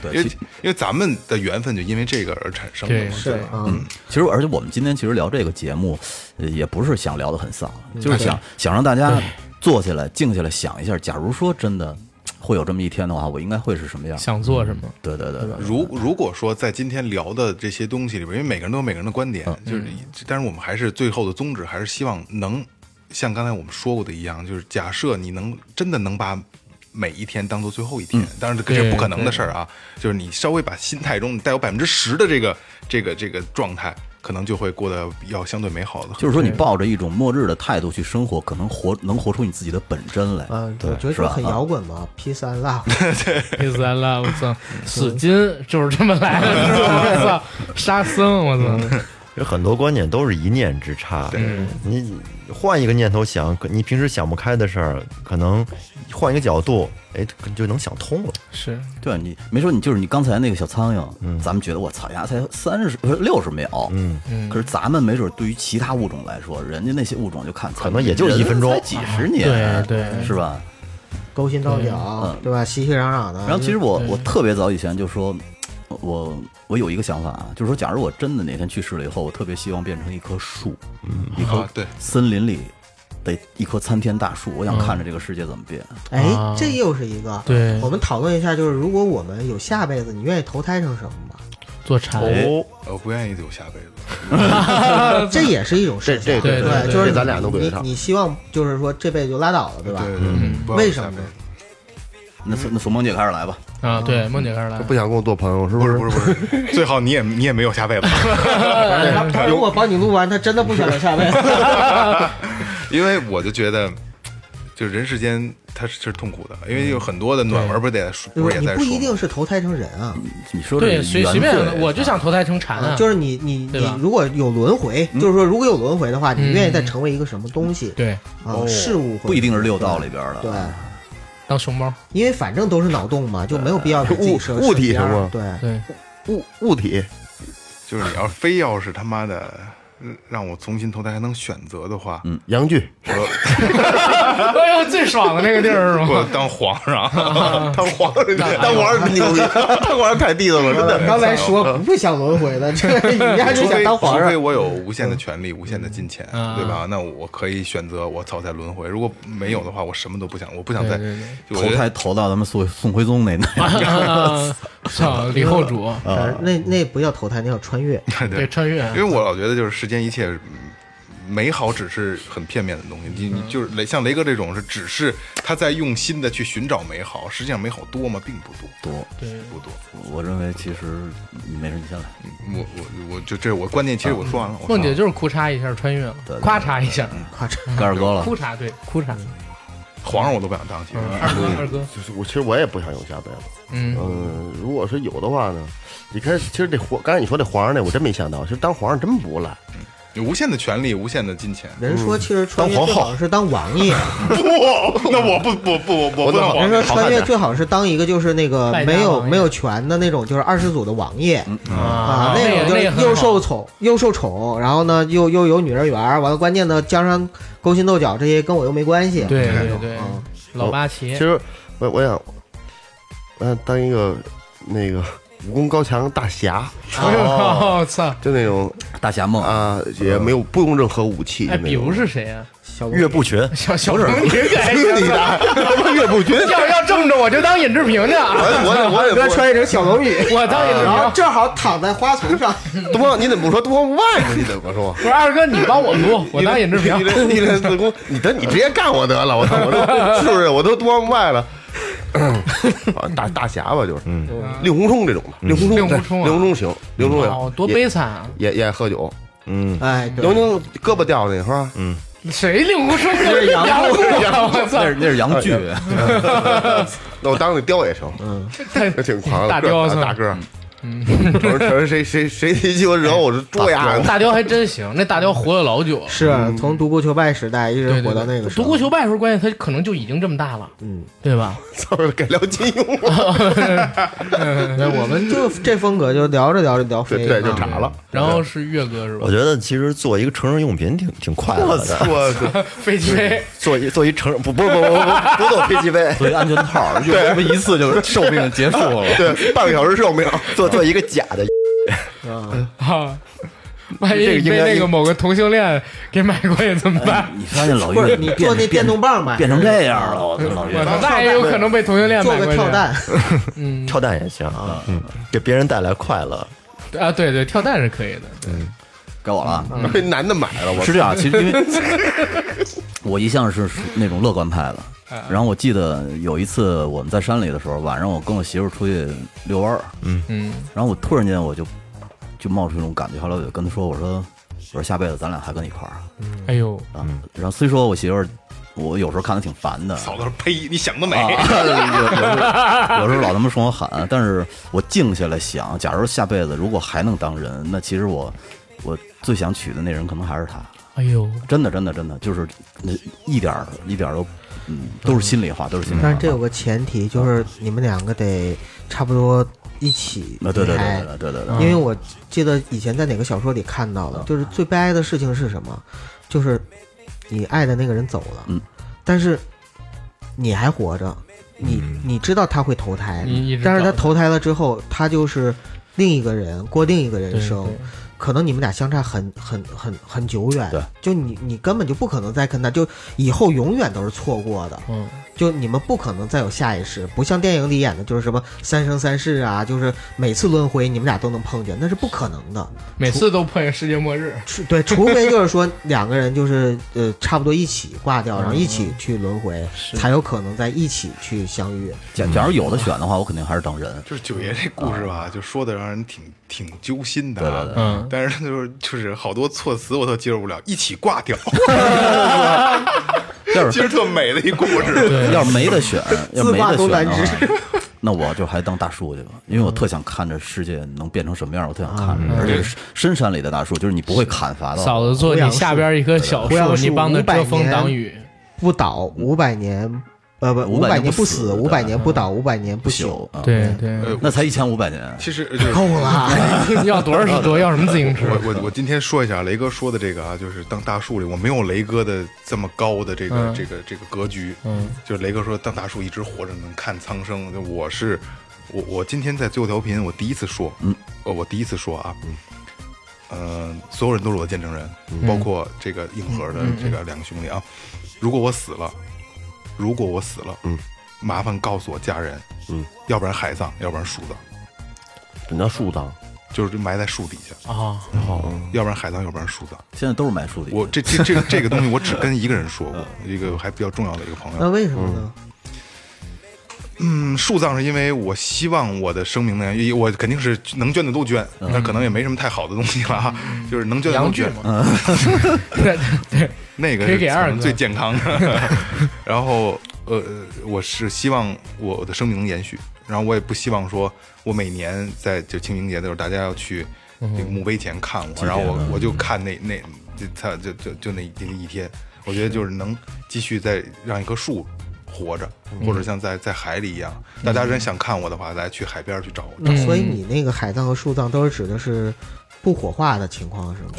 Speaker 4: 对
Speaker 2: 因为
Speaker 6: 对，其
Speaker 2: 因为咱们的缘分就因为这个而产生的
Speaker 4: 对
Speaker 2: 嘛。
Speaker 5: 是啊，
Speaker 6: 其实而且我们今天其实聊这个节目，呃也不是想聊得很丧，
Speaker 5: 嗯
Speaker 6: 就是想想让大家坐下来静下来想一下，假如说真的会有这么一天的话，我应该会是什么样？
Speaker 4: 想做什么？
Speaker 6: 对对对对，
Speaker 2: 如如果说在今天聊的这些东西里边，因为每个人都有每个人的观点，
Speaker 5: 嗯
Speaker 2: 就是，但是我们还是最后的宗旨还是希望能像刚才我们说过的一样，就是假设你能真的能把每一天当做最后一
Speaker 5: 嗯
Speaker 2: 天，当然这
Speaker 4: 对
Speaker 2: 是不可能的事儿啊，就是你稍微把心态中你带有百分之十的这个这个这个状态，可能就会过得要相对美好的。
Speaker 6: 就是说你抱着一种末日的态度去生活，可能活能活出你自己的本真来。
Speaker 5: 嗯，
Speaker 6: 哎对
Speaker 5: 我觉得
Speaker 6: 是
Speaker 5: 这
Speaker 6: 吧？
Speaker 5: 很
Speaker 6: 啊
Speaker 5: 摇滚嘛，P 三 Love，
Speaker 4: 黑死咱了，我操！死金就是这么来的，是吧？我操，沙僧，我操！
Speaker 1: 有很多观点都是一念之差。你换一个念头想，可你平时想不开的事儿，可能换一个角度，哎，就能想通了。
Speaker 4: 是
Speaker 6: 对你没说你就是你刚才那个小苍蝇，
Speaker 1: 嗯
Speaker 6: 咱们觉得我操呀，才三十呃六十秒，嗯
Speaker 4: 嗯
Speaker 6: 可是咱们没准对于其他物种来说，人家那些物种就看
Speaker 1: 可能也就一分钟嗯
Speaker 6: 人才几十年，
Speaker 4: 对对
Speaker 6: 是吧？
Speaker 5: 勾心斗角，对吧？熙熙攘攘的。
Speaker 6: 然后其实我
Speaker 4: 嗯对
Speaker 6: 我特别早以前就说，我我有一个想法啊，就是说，假如我真的哪天去世了以后，我特别希望变成一棵树，一棵
Speaker 2: 啊，对，
Speaker 6: 森林里的一棵参天大树，我
Speaker 4: 嗯
Speaker 6: 想看着这个世界怎么变。
Speaker 5: 哎
Speaker 4: 啊，
Speaker 5: 这又是一个。
Speaker 4: 对
Speaker 5: 我们讨论一下，就是如果我们有下辈子，你愿意投胎成什么吧？
Speaker 4: 做茶，
Speaker 1: 哦，
Speaker 2: 呃我不愿意有下辈子。
Speaker 5: 这也是一种事情。
Speaker 3: 这这
Speaker 4: 对对
Speaker 5: 对，
Speaker 4: 对
Speaker 5: 就是
Speaker 3: 这咱俩都对得
Speaker 5: 你
Speaker 3: 上
Speaker 5: 你希望就是说这辈子就拉倒了，对吧？
Speaker 2: 对对，不要有
Speaker 5: 嗯为什
Speaker 2: 下
Speaker 5: 么
Speaker 2: 辈
Speaker 5: 呢
Speaker 2: 子？
Speaker 6: 那从那从萌姐开始来吧，
Speaker 4: 啊，对，梦姐开始来了，
Speaker 3: 不想跟我做朋友是
Speaker 2: 不是
Speaker 3: 是？
Speaker 2: 不是不是，最好你也你也没有下辈子。
Speaker 5: 他他如果帮你录完，他真的不想有下辈子。
Speaker 2: 因为我就觉得，就人世间它是是痛苦的，因为有很多的暖文不是得说，
Speaker 5: 对
Speaker 2: 不
Speaker 5: 吧
Speaker 2: 是也
Speaker 5: 你
Speaker 2: 在
Speaker 5: 不一
Speaker 2: 说
Speaker 5: 定
Speaker 2: 吗，
Speaker 5: 是投胎成人啊，
Speaker 6: 你说这
Speaker 4: 对，随
Speaker 6: 原
Speaker 4: 随便
Speaker 6: 罪，
Speaker 4: 我就想投胎成蝉啊，
Speaker 5: 就是你你
Speaker 4: 对
Speaker 5: 你
Speaker 4: 吧
Speaker 5: 如果有轮回，就是说如果有轮回的话，你
Speaker 4: 嗯
Speaker 5: 愿意再成为一个什么东西
Speaker 4: 对，
Speaker 5: 啊？事物或者
Speaker 6: 不一定是六道里边的。
Speaker 5: 对，
Speaker 4: 当熊猫，
Speaker 5: 因为反正都是脑洞嘛，就没有必要给自己设
Speaker 3: 物物体
Speaker 5: 设边儿
Speaker 3: 是吗
Speaker 5: 对，
Speaker 4: 对，
Speaker 3: 物物体，
Speaker 2: 就是你要非要是他妈的嗯让我重新投胎还能选择的话，
Speaker 1: 嗯
Speaker 3: 阳具，
Speaker 4: 哎呦，最爽的那个地儿是
Speaker 2: 我
Speaker 4: 吗？
Speaker 2: 当皇 上，啊当皇上，
Speaker 3: 当皇上牛逼，当皇上太地道了，真的。
Speaker 5: 刚才说
Speaker 3: 嗯
Speaker 5: 不想轮回的，这你家就
Speaker 2: 除
Speaker 5: 想
Speaker 2: 非
Speaker 5: 当皇
Speaker 2: 除非
Speaker 5: 上，
Speaker 2: 我有无限的权利、无限的金钱，
Speaker 4: 嗯
Speaker 2: 对吧？那我可以选择我草在轮回。如果没有的话，我什么都不想，我不想再
Speaker 4: 对对
Speaker 2: 就我觉
Speaker 6: 投
Speaker 2: 得
Speaker 6: 胎投到咱们宋宋徽宗那那，
Speaker 4: 啊 操，李后主，
Speaker 3: 嗯
Speaker 5: 呃那那不叫投胎，那叫穿越。
Speaker 4: 对，穿越
Speaker 2: 因为我老觉得就是世间一切嗯美好只是很片面的东西，你你就是雷像雷哥这种是只是他在用心的去寻找美好，实际上美好多吗？并不多，
Speaker 6: 多，
Speaker 4: 对
Speaker 2: 不多。
Speaker 6: 我认为其实没事，你先来。
Speaker 2: 我我我就这我观念，其实我说完了。我说
Speaker 4: 梦
Speaker 2: 完了
Speaker 4: 姐就是哭嚓一下穿越了
Speaker 6: 对，对
Speaker 4: 咔嚓一下，
Speaker 5: 夸张。
Speaker 6: 盖二哥了，
Speaker 4: 哭嚓，对，哭嚓，
Speaker 2: 皇上我都不想当，其实
Speaker 4: 嗯，二哥，二哥，
Speaker 3: 就是我，其实我也不想有下辈子。
Speaker 4: 嗯，
Speaker 1: 呃
Speaker 3: 嗯，如果是有的话呢，你看，其实这皇，刚才你说这皇上那，我真没想到，其实当皇上真不赖。
Speaker 2: 有无限的权利，无限的金钱。
Speaker 5: 人说其实穿
Speaker 3: 嗯
Speaker 5: 越
Speaker 3: 当皇
Speaker 5: 最
Speaker 3: 后
Speaker 5: 好是当王 爷，
Speaker 2: 不，那我不不不我不当
Speaker 5: 人
Speaker 2: 皇
Speaker 5: 说
Speaker 2: 上。
Speaker 5: 穿越最好是当一个就是那个
Speaker 4: 败家
Speaker 5: 没有
Speaker 4: 王爷
Speaker 5: 没有权的那种，就是二世祖的王爷
Speaker 3: 嗯
Speaker 4: 啊
Speaker 5: 啊，那种就
Speaker 4: 那
Speaker 5: 是又
Speaker 4: 个很好
Speaker 5: 受宠又受宠，然后呢又又有女人缘，完了关键呢加上勾心斗角这些跟我又没关系，
Speaker 4: 对
Speaker 5: 那
Speaker 4: 对
Speaker 5: 种
Speaker 4: 对
Speaker 5: 嗯，
Speaker 4: 老八
Speaker 3: 其
Speaker 4: 旗，
Speaker 3: 实我我想，我想当一个那个武功高强大侠，
Speaker 4: 我操，
Speaker 3: 就那种
Speaker 6: 大侠 梦，
Speaker 2: 哎
Speaker 3: 啊，也没有不用任何武器
Speaker 4: 哎，
Speaker 3: 的那种。
Speaker 4: 比如是谁啊？
Speaker 5: 小
Speaker 1: 岳不群，
Speaker 4: 小小不是
Speaker 2: 你的岳不群，
Speaker 7: 要要这么着，我就当尹志平去啊！
Speaker 3: 哎我我 也
Speaker 5: 哥
Speaker 3: 不
Speaker 5: 穿一整小龙女，
Speaker 7: 我当尹志
Speaker 5: 然后
Speaker 7: 平。
Speaker 5: 正好躺在花丛 上，
Speaker 3: 东方，你怎么不说东方不败呢？你怎么 说？
Speaker 7: 不是二哥，你帮我录，我当尹志
Speaker 3: 你
Speaker 7: 平。
Speaker 3: 这你这子宫，你等你直接干我得了，我操，我 都是不是？我都东方不败了。啊大大侠吧，就是，嗯，令狐冲这种吧，令狐冲，
Speaker 7: 令狐冲啊
Speaker 3: 令狐冲行，令狐冲
Speaker 7: 哦，
Speaker 3: 行
Speaker 7: 多悲惨啊！
Speaker 3: 也也也爱喝酒，
Speaker 1: 嗯，
Speaker 5: 哎，
Speaker 3: 刘
Speaker 5: 对，
Speaker 3: 宁胳膊掉那会儿，嗯，
Speaker 7: 谁令狐冲？
Speaker 5: 这是杨
Speaker 7: 杨过啊，我操
Speaker 6: 那！是那是洋
Speaker 2: 哎
Speaker 6: 剧，
Speaker 3: 那我当那雕也成，
Speaker 7: 太
Speaker 3: 那 挺狂的，
Speaker 7: 大
Speaker 3: 个
Speaker 7: 雕啊
Speaker 3: 儿
Speaker 7: 是吧
Speaker 3: 大个儿，嗯，我说谁谁谁谁鸡巴惹我，我就捉呀！
Speaker 4: 哎
Speaker 7: 大雕还真行，那大雕活了老久。
Speaker 5: 是啊
Speaker 6: 嗯
Speaker 5: 从独孤求败时代一直
Speaker 7: 对对
Speaker 5: 火
Speaker 7: 对，
Speaker 5: 到那个时候。
Speaker 7: 独孤求败的时候，关键他可能就已经这么大了，嗯，对吧？
Speaker 3: 操，改聊金庸了，
Speaker 5: 那我们就这风格就聊着聊着聊飞
Speaker 3: 对，就
Speaker 5: 啊
Speaker 3: 查了，
Speaker 7: 然后是岳哥是吧
Speaker 1: 我？觉得其实做一个成人用品挺挺快乐的，
Speaker 3: 我操，
Speaker 7: 飞机杯，
Speaker 1: 做一做一成人不不不不不不做飞机杯，
Speaker 6: 所以安全套用这么一次就寿命结束 了。
Speaker 3: 对，半个小时寿命，
Speaker 1: 做做一个假的，
Speaker 7: 啊，万一
Speaker 1: 这个
Speaker 7: 你
Speaker 1: 应
Speaker 7: 被
Speaker 1: 该
Speaker 7: 那个某个同性恋给买过去怎么办？
Speaker 6: 你发现老
Speaker 5: 不
Speaker 6: 岳
Speaker 5: 是你
Speaker 6: 变
Speaker 5: 做那电动棒吧，
Speaker 6: 变成这样了，我操，老岳
Speaker 7: 我操，那也有可能被同性恋
Speaker 5: 做
Speaker 7: 买过
Speaker 5: 个
Speaker 7: 去。
Speaker 5: 跳蛋，
Speaker 1: 跳蛋也行啊，嗯，给别人带来快乐，
Speaker 7: 啊，对对，跳蛋是可以的。
Speaker 4: 嗯
Speaker 6: 该我了啊。
Speaker 2: 嗯
Speaker 3: 被男的买了，我
Speaker 6: 是这样，其实因为我一向是属那种乐观派的。然后我记得有一次我们在山里的时候，晚上我跟我媳妇儿出去遛弯儿，
Speaker 7: 嗯，
Speaker 6: 然后我突然间我就就冒出一种感觉，后来我就跟她说：“我说我说下辈子咱俩还跟一块儿
Speaker 7: 哎呦，
Speaker 6: 啊。”然后虽说我媳妇儿，我有时候看她挺烦的，
Speaker 2: 嫂子，呸！你想得美
Speaker 6: 啊，有有时候有时候老他妈冲我喊，但是我静下来想，假如下辈子如果还能当人，那其实我我最想娶的那人可能还是他。
Speaker 7: 哎呦，
Speaker 6: 真的，真的，真的，就是那一点儿一点儿都，嗯，都是心里话，都是心里话。
Speaker 5: 但是这有个前提，就是你们两个得差不多一起
Speaker 6: 啊，对对对
Speaker 5: 离开
Speaker 6: 对对对对对，
Speaker 5: 因为我记得以前在哪个小说里看到
Speaker 6: 嗯
Speaker 5: 的，就是最悲哀的事情是什么？就是你爱的那个人走了，
Speaker 6: 嗯
Speaker 5: 但是你还活着，你
Speaker 6: 嗯
Speaker 5: 你知道他会投胎，
Speaker 7: 你一直
Speaker 5: 但是他
Speaker 7: 找
Speaker 5: 投胎了之后，他就是另一个人，过另一个人
Speaker 7: 对
Speaker 5: 生。可能你们俩相差很很很很久远，
Speaker 6: 对，
Speaker 5: 就你你根本就不可能再跟他，就以后永远都是错过的，
Speaker 7: 嗯，
Speaker 5: 就你们不可能再有下一世，不像电影里演的，就是什么三生三世啊，就是每次轮回你们俩都能碰见，那是不可能的。
Speaker 7: 每次都碰见世界末日。
Speaker 5: 除对，除非就是说两个人就是呃差不多一起挂
Speaker 7: 嗯
Speaker 5: 掉，然后一起去轮回，才有可能在一起去相遇。
Speaker 6: 假假如有的选的话，我肯定还是当人。
Speaker 2: 就是九爷这故事吧，就说的让人挺挺揪心的
Speaker 6: 对
Speaker 2: 啊，
Speaker 6: 啊对对
Speaker 7: 嗯
Speaker 2: 但是他就是就是好多措辞我都接受不了，一起挂 掉，
Speaker 6: 要
Speaker 2: 其
Speaker 6: 是
Speaker 2: 实特美的一故事。
Speaker 5: 嗯
Speaker 7: 对，
Speaker 6: 要是没得选，要是没
Speaker 5: 挂
Speaker 6: 得
Speaker 5: 都
Speaker 6: 选的
Speaker 5: 难
Speaker 6: 话，那我就还当大树去吧，因为我特想看这世界能变成什么样，我特想看
Speaker 5: 啊
Speaker 6: 着，而且是深山里的大树，就是你不会砍伐
Speaker 4: 哦
Speaker 6: 到。
Speaker 7: 嫂子做你下边一棵小
Speaker 5: 胡杨
Speaker 7: 树，
Speaker 5: 树
Speaker 7: 你帮他遮风挡雨。
Speaker 5: 不倒五百年，呃不，
Speaker 6: 500
Speaker 5: 五百
Speaker 6: 年
Speaker 5: 年
Speaker 6: 不
Speaker 5: 不
Speaker 6: 死
Speaker 5: 死，五百年不倒，五百年不
Speaker 6: 不
Speaker 5: 朽
Speaker 6: 朽。，
Speaker 4: 哦
Speaker 6: 啊
Speaker 5: 嗯
Speaker 7: 对对，
Speaker 6: 那才一千五百年，
Speaker 2: 其实就是
Speaker 5: 够
Speaker 4: 嗯
Speaker 5: 了，
Speaker 7: 要多少是多，要什么自行车？
Speaker 2: 我我我今天说一下雷哥说的这个啊，就是当大树里，我没有雷哥的这么高的这个、
Speaker 7: 嗯
Speaker 2: 这个这个格局。
Speaker 7: 嗯，
Speaker 2: 就是雷哥说当大树一直活着能看苍生，就我是我我今天在最后调频，我第一次说，嗯，我第一次说啊，嗯，呃，所有人都是我的见证人，包括这个硬核的这个两个兄弟啊。如果我死了，如果我死了，嗯，麻烦告诉我家人，嗯，要不然海葬，要不然树葬，
Speaker 3: 你那树葬，
Speaker 2: 就是埋在树底下，
Speaker 7: 啊，
Speaker 2: 嗯要不然海葬，要不然树葬。
Speaker 6: 现在都是埋树的。
Speaker 2: 我这这这这个东西，我 只跟一个人说过，一个还比较重要的一个朋
Speaker 5: 那
Speaker 2: 友。
Speaker 5: 为什么呢？
Speaker 2: 嗯，树葬是因为我希望我的生命呢，也我肯定是能捐的都捐，但可能也没什么太好的东西了啊，就是能捐的都
Speaker 7: 洋剧
Speaker 2: 捐。
Speaker 7: 嘛。嗯 对对，
Speaker 2: 那个
Speaker 7: 可以
Speaker 2: 是
Speaker 7: 给
Speaker 2: 可
Speaker 7: 二
Speaker 2: 能
Speaker 7: 哥
Speaker 2: 最健康 的。然后呃，我是希望我的生命能延续，然后我也不希望说我每年在就清明节的时候，大家要去
Speaker 4: 嗯
Speaker 2: 那个墓碑前看我，
Speaker 4: 啊
Speaker 2: 然后我我就看那那就他就就就那那一天，我觉得就是能继续再让一棵树。活着，
Speaker 4: 嗯
Speaker 2: 或者像在在海里一样，大家真想看我的话，大家去海边去找
Speaker 4: 嗯
Speaker 2: 我。
Speaker 5: 所以
Speaker 7: 嗯
Speaker 5: 你那个海葬和树葬都是指的是不火化的情况，是吗？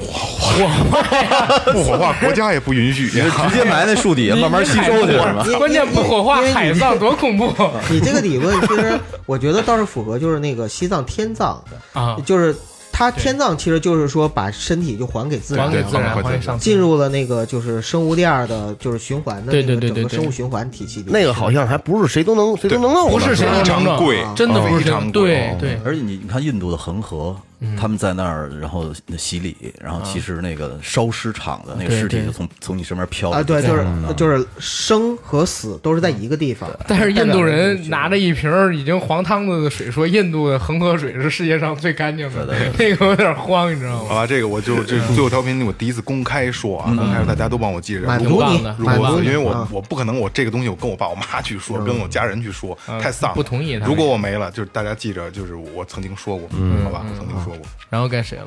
Speaker 2: 不火化，国家也不允许。
Speaker 6: 直接埋在树底下，慢慢吸收去是吧？
Speaker 5: 因 为
Speaker 7: 关键不火化，
Speaker 5: 因为你
Speaker 7: 海葬多恐怖
Speaker 5: 你这个理论其实我觉得倒是符合，就是那个西藏天葬，
Speaker 7: 啊！
Speaker 5: 就是他天葬其实就是说把身体就还给自然，
Speaker 4: 还给自然还给上天
Speaker 5: 进入了那个就是生物链儿的，就是循环的
Speaker 4: 对
Speaker 5: 那
Speaker 4: 对
Speaker 5: 个
Speaker 4: 对
Speaker 5: 整
Speaker 4: 对
Speaker 5: 个
Speaker 4: 对
Speaker 5: 生物循环体系里。
Speaker 3: 那个好像还不是谁都能谁都能弄的，
Speaker 4: 不是谁都
Speaker 3: 吧
Speaker 4: 能
Speaker 2: 常
Speaker 4: 弄啊
Speaker 2: 贵
Speaker 4: 真的不
Speaker 2: 非
Speaker 4: 是
Speaker 7: 啊
Speaker 2: 常贵哦
Speaker 4: 对对，
Speaker 6: 而且你你看印度的恒河，
Speaker 4: 嗯
Speaker 6: 他们在那儿然后洗礼，然后其实那个烧尸场的那个
Speaker 4: 对
Speaker 6: 尸体
Speaker 4: 对
Speaker 6: 就从从你身边飘
Speaker 5: 啊，对，
Speaker 6: 着
Speaker 5: 就是
Speaker 6: 嗯
Speaker 5: 就是生和死都是在一个地方。
Speaker 4: 但是印度人拿着一瓶儿已经黄汤子的水，说印度的恒河水是世界上最干净的，那个有点慌，你知道
Speaker 2: 好
Speaker 4: 吗？
Speaker 2: 吧，这个我就这最后调频，我第一次公开说啊，公开说大家都帮我记着。
Speaker 5: 嗯满
Speaker 2: 如
Speaker 5: 足
Speaker 2: 果
Speaker 5: 你
Speaker 4: 棒的
Speaker 2: 如果
Speaker 5: 满足你
Speaker 2: 因为我
Speaker 5: 啊
Speaker 2: 我不可能我这个东西我跟我爸我妈去说，跟我家人去说，
Speaker 4: 嗯
Speaker 2: 太丧了。
Speaker 4: 不同意他们
Speaker 2: 如果我没了，就是大家记着，就是我曾经说过，
Speaker 5: 嗯
Speaker 2: 好吧，我曾
Speaker 4: 嗯
Speaker 2: 经说过。
Speaker 4: 然后该谁了？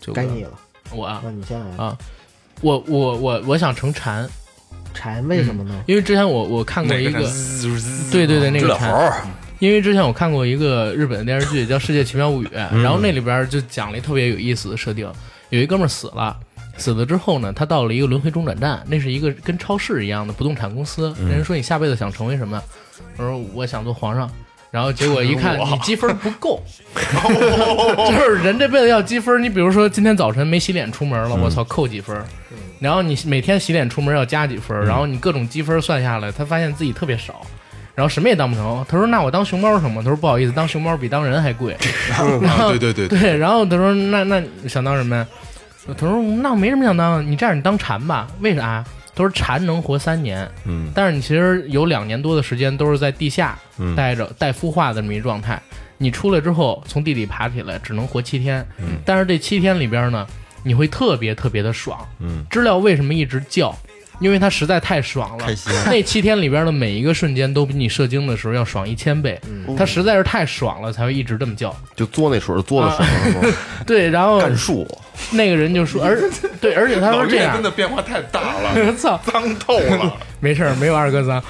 Speaker 4: 九哥
Speaker 5: 该你了，
Speaker 4: 我啊
Speaker 5: 那你先来。
Speaker 4: 啊，我我我我想成蝉，
Speaker 5: 蝉为什么呢？
Speaker 4: 因为之前我我看嗯过一
Speaker 2: 那
Speaker 4: 个，
Speaker 2: 滋滋
Speaker 4: 对对对，那
Speaker 6: 嗯知
Speaker 4: 个
Speaker 6: 了猴
Speaker 4: 蝉。
Speaker 6: 儿，
Speaker 4: 因为之前我看过一个日本的电视剧叫《世界奇妙物语》，
Speaker 6: 嗯
Speaker 4: 然后那里边就讲了一特别有意思的设定，有一哥们儿死了。死了之后呢，他到了一个轮回中转站，那是一个跟超市一样的不动产公司。
Speaker 6: 嗯
Speaker 4: 人家说你下辈子想成为什么？我说我想做皇上。然后结果一 看，你积分不够， 就是人这辈子要积分。你比如说今天早晨没洗脸出门了，我操，扣几分？然后你每天洗脸出门要加几分，然后你各种积分算下来，他发现自己特别少，然后什么也当不成。他说：“那我当熊猫什么？”他说：“不好意思，当熊猫比当人还贵。然
Speaker 2: 啊
Speaker 4: 后”
Speaker 2: 对对对对
Speaker 4: 对，然后他说：“那那你想当什么呀？”他说：“那我没什么想当，你这样你当蝉吧？为啥？”啊他说：“蝉能活三年，
Speaker 1: 嗯
Speaker 4: 但是你其实有两年多的时间都是在地下
Speaker 1: 嗯
Speaker 4: 待着，待孵化的这么一状态。你出来之后，从地里爬起来，只能活七天。
Speaker 1: 嗯
Speaker 4: 但是这七天里边呢，你会特别特别的爽。
Speaker 1: 嗯，
Speaker 4: 知了为什么一直叫？因为它实在太爽了，
Speaker 1: 开心
Speaker 4: 那七天里边的每一个瞬间都比你射精的时候要爽一千倍，
Speaker 1: 嗯
Speaker 4: 它实在是太爽了，才会一直这么叫。
Speaker 3: 就嘬那水儿嘬的爽是 吗，
Speaker 4: 对，然后
Speaker 3: 干树
Speaker 4: 那个人就 说，而对，而且他
Speaker 2: 老
Speaker 4: 说这
Speaker 2: 岳
Speaker 4: 样
Speaker 2: 真，的变化太大了，
Speaker 4: 操，
Speaker 2: 脏透 了。
Speaker 4: 没事儿，没有二 哥脏。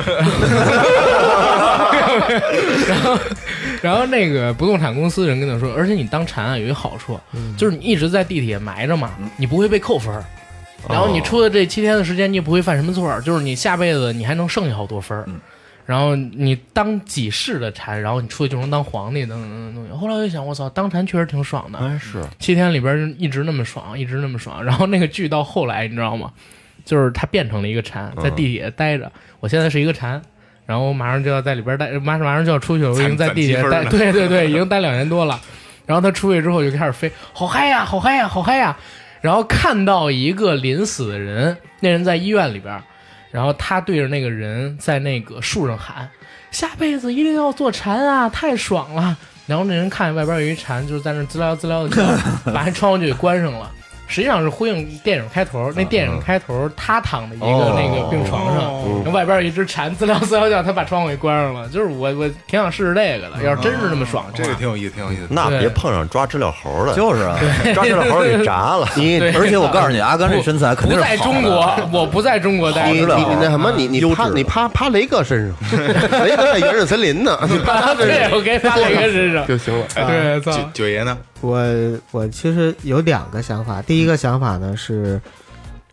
Speaker 4: 然后，然后那个不动产公司人跟他说，而且你当蝉啊有一好处，
Speaker 2: 嗯
Speaker 4: 就是你一直在地铁埋着嘛，你不会被扣分儿。
Speaker 2: 哦
Speaker 4: 然后你出的这七天的时间，你也不会犯什么错儿，就是你下辈子你还能剩下好多分儿。
Speaker 2: 嗯
Speaker 4: 然后你当几世的蝉，然后你出去就能当皇帝，等等等等东西。后来我就想，我操，当蝉确实挺爽的。
Speaker 1: 哎是，
Speaker 4: 七天里边儿一直那么爽，一直那么爽。然后那个剧到后来，你知道吗？就是他变成了一个蝉，在
Speaker 2: 嗯
Speaker 4: 地铁待着。我现在是一个蝉，然后我马上就要在里边待，马上马上就要出去了，我已经在地铁
Speaker 2: 攒
Speaker 4: 待，
Speaker 2: 攒积
Speaker 4: 对对对，已经待两年多了。然后他出去之后就开始飞，好嗨呀，好嗨呀，好嗨呀。然后看到一个临死的人，那人在医院里边儿，然后他对着那个人在那个树上喊：“下辈子一定要做蝉啊，太爽了！”然后那人看见外边有一蝉，就是在 那滋撩滋撩的叫，把那窗户就给关上了。实际上是呼应电影开头，
Speaker 6: 嗯
Speaker 4: 那电影开头他躺在一个
Speaker 6: 哦
Speaker 4: 那个病床上，然后外边有一只蝉滋撩滋撩叫，他把窗户给关上了。就是我我挺想试试这
Speaker 6: 嗯
Speaker 4: 个的，要是真是那么
Speaker 6: 哦
Speaker 4: 爽，
Speaker 2: 这个挺有意思，挺有意思。
Speaker 1: 那
Speaker 4: 对
Speaker 1: 别碰上抓知了猴了，
Speaker 6: 就是啊。
Speaker 1: 抓知了猴给炸了。
Speaker 3: 你
Speaker 4: 对
Speaker 6: 而且我 告诉你，阿甘这
Speaker 4: 不
Speaker 6: 身材肯
Speaker 4: 不
Speaker 6: 定是
Speaker 4: 在
Speaker 6: 好
Speaker 4: 中
Speaker 6: 的
Speaker 4: 国，我不在中国待
Speaker 3: 你你
Speaker 4: 着
Speaker 6: 知。道
Speaker 3: 你那什么你你
Speaker 6: 优
Speaker 3: 趴
Speaker 6: 质
Speaker 3: 你趴趴雷哥身上，雷哥在原始森林呢，你趴他身
Speaker 4: 对，
Speaker 3: 上
Speaker 4: 我给发了一个身 上。
Speaker 3: 就行了。
Speaker 6: 哎
Speaker 4: 对，操，
Speaker 2: 九九爷呢？
Speaker 5: 我我其实有两个想法，第一个想法呢是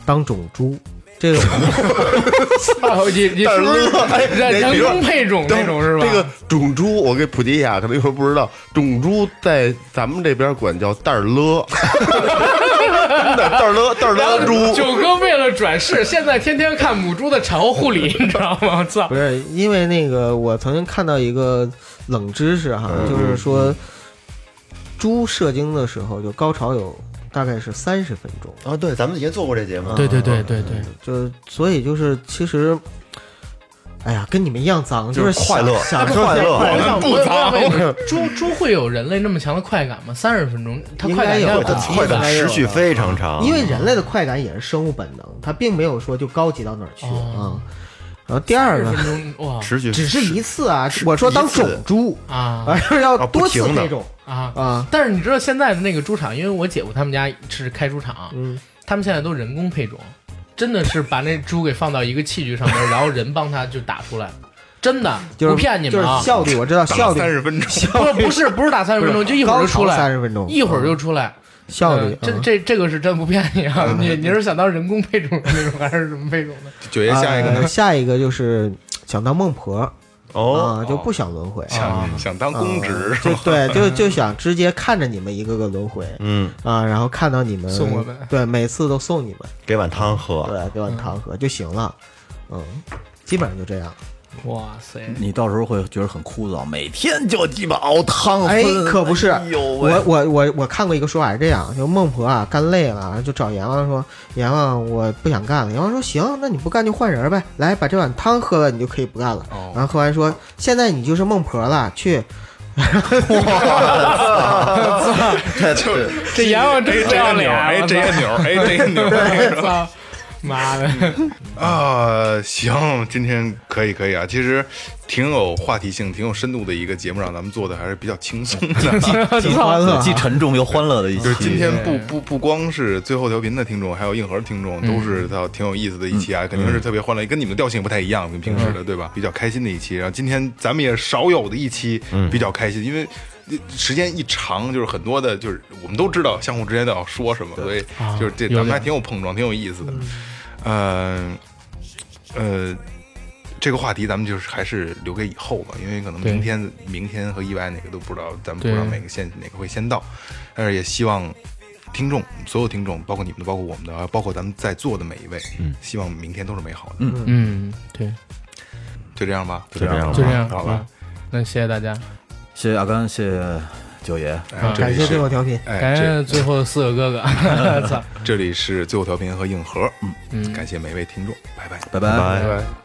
Speaker 5: 当种猪，这个
Speaker 4: 哦你你是不
Speaker 3: 哎
Speaker 4: 是人人工配种哎那种是吧？
Speaker 3: 这个种猪，我给普及一下，可能有人不知道，种猪在咱们这边管叫蛋儿勒，真 的蛋儿勒蛋儿勒猪，
Speaker 4: 九哥为了转世，现在天天看母猪的产后护理，你知道吗？操
Speaker 5: 不，是因为那个我曾经看到一个冷知识哈，就是说猪射精的时候就高潮有大概是三十分钟，
Speaker 1: 啊，对，咱们以前做过这节目，
Speaker 4: 对对对对对，
Speaker 5: 就所以就是其实。哎呀，跟你们一样脏，
Speaker 1: 就是是快乐
Speaker 5: 享
Speaker 1: 快
Speaker 5: 受在
Speaker 1: 乐
Speaker 5: 快
Speaker 4: 我不 脏。猪猪会有人类那么强的快感吗？三十分钟，它快感
Speaker 5: 应该
Speaker 4: 要
Speaker 5: 有
Speaker 1: 它
Speaker 5: 吧
Speaker 1: 快感持续非常长，
Speaker 5: 因为人类的快感也是生物本能，它并没有说就高级到哪儿去啊、
Speaker 4: 哦
Speaker 5: 然后第二
Speaker 4: 三十
Speaker 5: 个，
Speaker 4: 分钟，哇
Speaker 1: 持续
Speaker 5: 只是一次啊，我说当种猪
Speaker 4: 啊
Speaker 5: 啊， 是要
Speaker 1: 啊不
Speaker 5: 多次
Speaker 1: 停的
Speaker 5: 那种
Speaker 4: 啊！
Speaker 5: 啊。
Speaker 4: 但是你知道现在的那个猪场，因为我姐夫他们家是开猪场，
Speaker 5: 嗯，
Speaker 4: 他们现在都人工配种，真的是把那猪给放到一个器具上面，然后人帮它就打出来，真的
Speaker 5: 就是
Speaker 4: 不骗你
Speaker 5: 就
Speaker 4: 们
Speaker 5: 是
Speaker 4: 啊！
Speaker 5: 效率，我知道效率
Speaker 2: 三十分钟，
Speaker 4: 不是不是不是打三十分钟，就一会儿就出来，
Speaker 5: 三十分钟，嗯
Speaker 4: 一会儿就出来。
Speaker 5: 效率
Speaker 4: 嗯。这
Speaker 5: 嗯
Speaker 4: 这这个是真不骗你
Speaker 2: 嗯
Speaker 4: 啊！你你是想当人工配种的那种，还是什么配种的？
Speaker 2: 九爷下一个呢
Speaker 5: 呃？下一个就是想当孟婆，
Speaker 1: 哦
Speaker 5: 啊，就不想轮回，
Speaker 2: 想
Speaker 5: 啊
Speaker 2: 想当公职
Speaker 5: 啊
Speaker 2: 是吗
Speaker 5: 就 对，就就想直接看着你们一个个轮回，
Speaker 1: 嗯
Speaker 5: 啊，然后看到你们
Speaker 7: 送我们
Speaker 5: 对，每次都送你们，
Speaker 1: 给碗汤喝，
Speaker 5: 对，给
Speaker 6: 嗯
Speaker 5: 碗糖喝就行了，嗯，基本上就这样。
Speaker 4: 哇塞，
Speaker 6: 你到时候会觉得很枯燥，每天就鸡巴熬汤分，
Speaker 5: 哎，可不是，
Speaker 6: 哎呦喂
Speaker 5: 我我我我看过一个说法是这样，就孟婆啊干累了，就找阎王说，阎王我不想干了。阎王说行，那你不干就换人呗，来把这碗汤喝了，你就可以不干了。然后喝完说，现在你就是孟婆了，去。
Speaker 6: 这这
Speaker 7: 这阎王真
Speaker 2: 这
Speaker 7: 要
Speaker 2: 按钮，
Speaker 7: 脸，
Speaker 4: 啊
Speaker 2: 哎，这按钮，哎，这按 钮，
Speaker 7: 我操， 妈的，
Speaker 2: 啊，行，今天可以可以啊，其实挺有话题性、挺有深度的一个节目，让咱们做的还是比较轻松 的。
Speaker 5: 挺欢乐啊
Speaker 6: 既沉重又欢乐的一
Speaker 2: 就是 今
Speaker 6: 期，
Speaker 2: 天不不不光是最后调频的听众，还有硬核的听众，都是到挺有意思的一期啊，肯定是特别欢乐，跟你们的调性不太一样，跟平时的对吧？比较开心的一期，然后今天咱们也少有的一期比较开心，因为。时间一长，就是很多的，就是我们都知道相互之间都要说什么，所以啊就是这
Speaker 4: 啊有点
Speaker 2: 咱们还挺有碰撞，挺有意思的。嗯，呃，这个话题咱们就是还是留给以后吧，因为可能
Speaker 4: 对
Speaker 2: 明天、明天和意外哪个都不知道，咱们不
Speaker 4: 对
Speaker 2: 知道哪个先哪个会先到，但是也希望听众所有听众，包括你们的，包括我们的，包括咱们在座的每一位，嗯，希望明天都是美好的。嗯，
Speaker 4: 嗯，对，
Speaker 2: 就这样吧，
Speaker 1: 就这样吧
Speaker 4: 就这样，
Speaker 2: 好
Speaker 4: 吧
Speaker 2: 吧。
Speaker 4: 那谢谢大家，
Speaker 6: 谢谢阿甘，谢谢九爷，
Speaker 4: 啊
Speaker 2: 哎这
Speaker 5: 感
Speaker 2: 里
Speaker 5: 谢最
Speaker 2: 是
Speaker 5: 后调频，
Speaker 2: 哎，
Speaker 4: 感
Speaker 2: 这
Speaker 4: 谢最后四个哥哥，操，
Speaker 2: 这里是最后调频和硬核，嗯，感谢每位听众，拜拜。
Speaker 6: 拜拜
Speaker 1: 拜。
Speaker 4: 拜拜。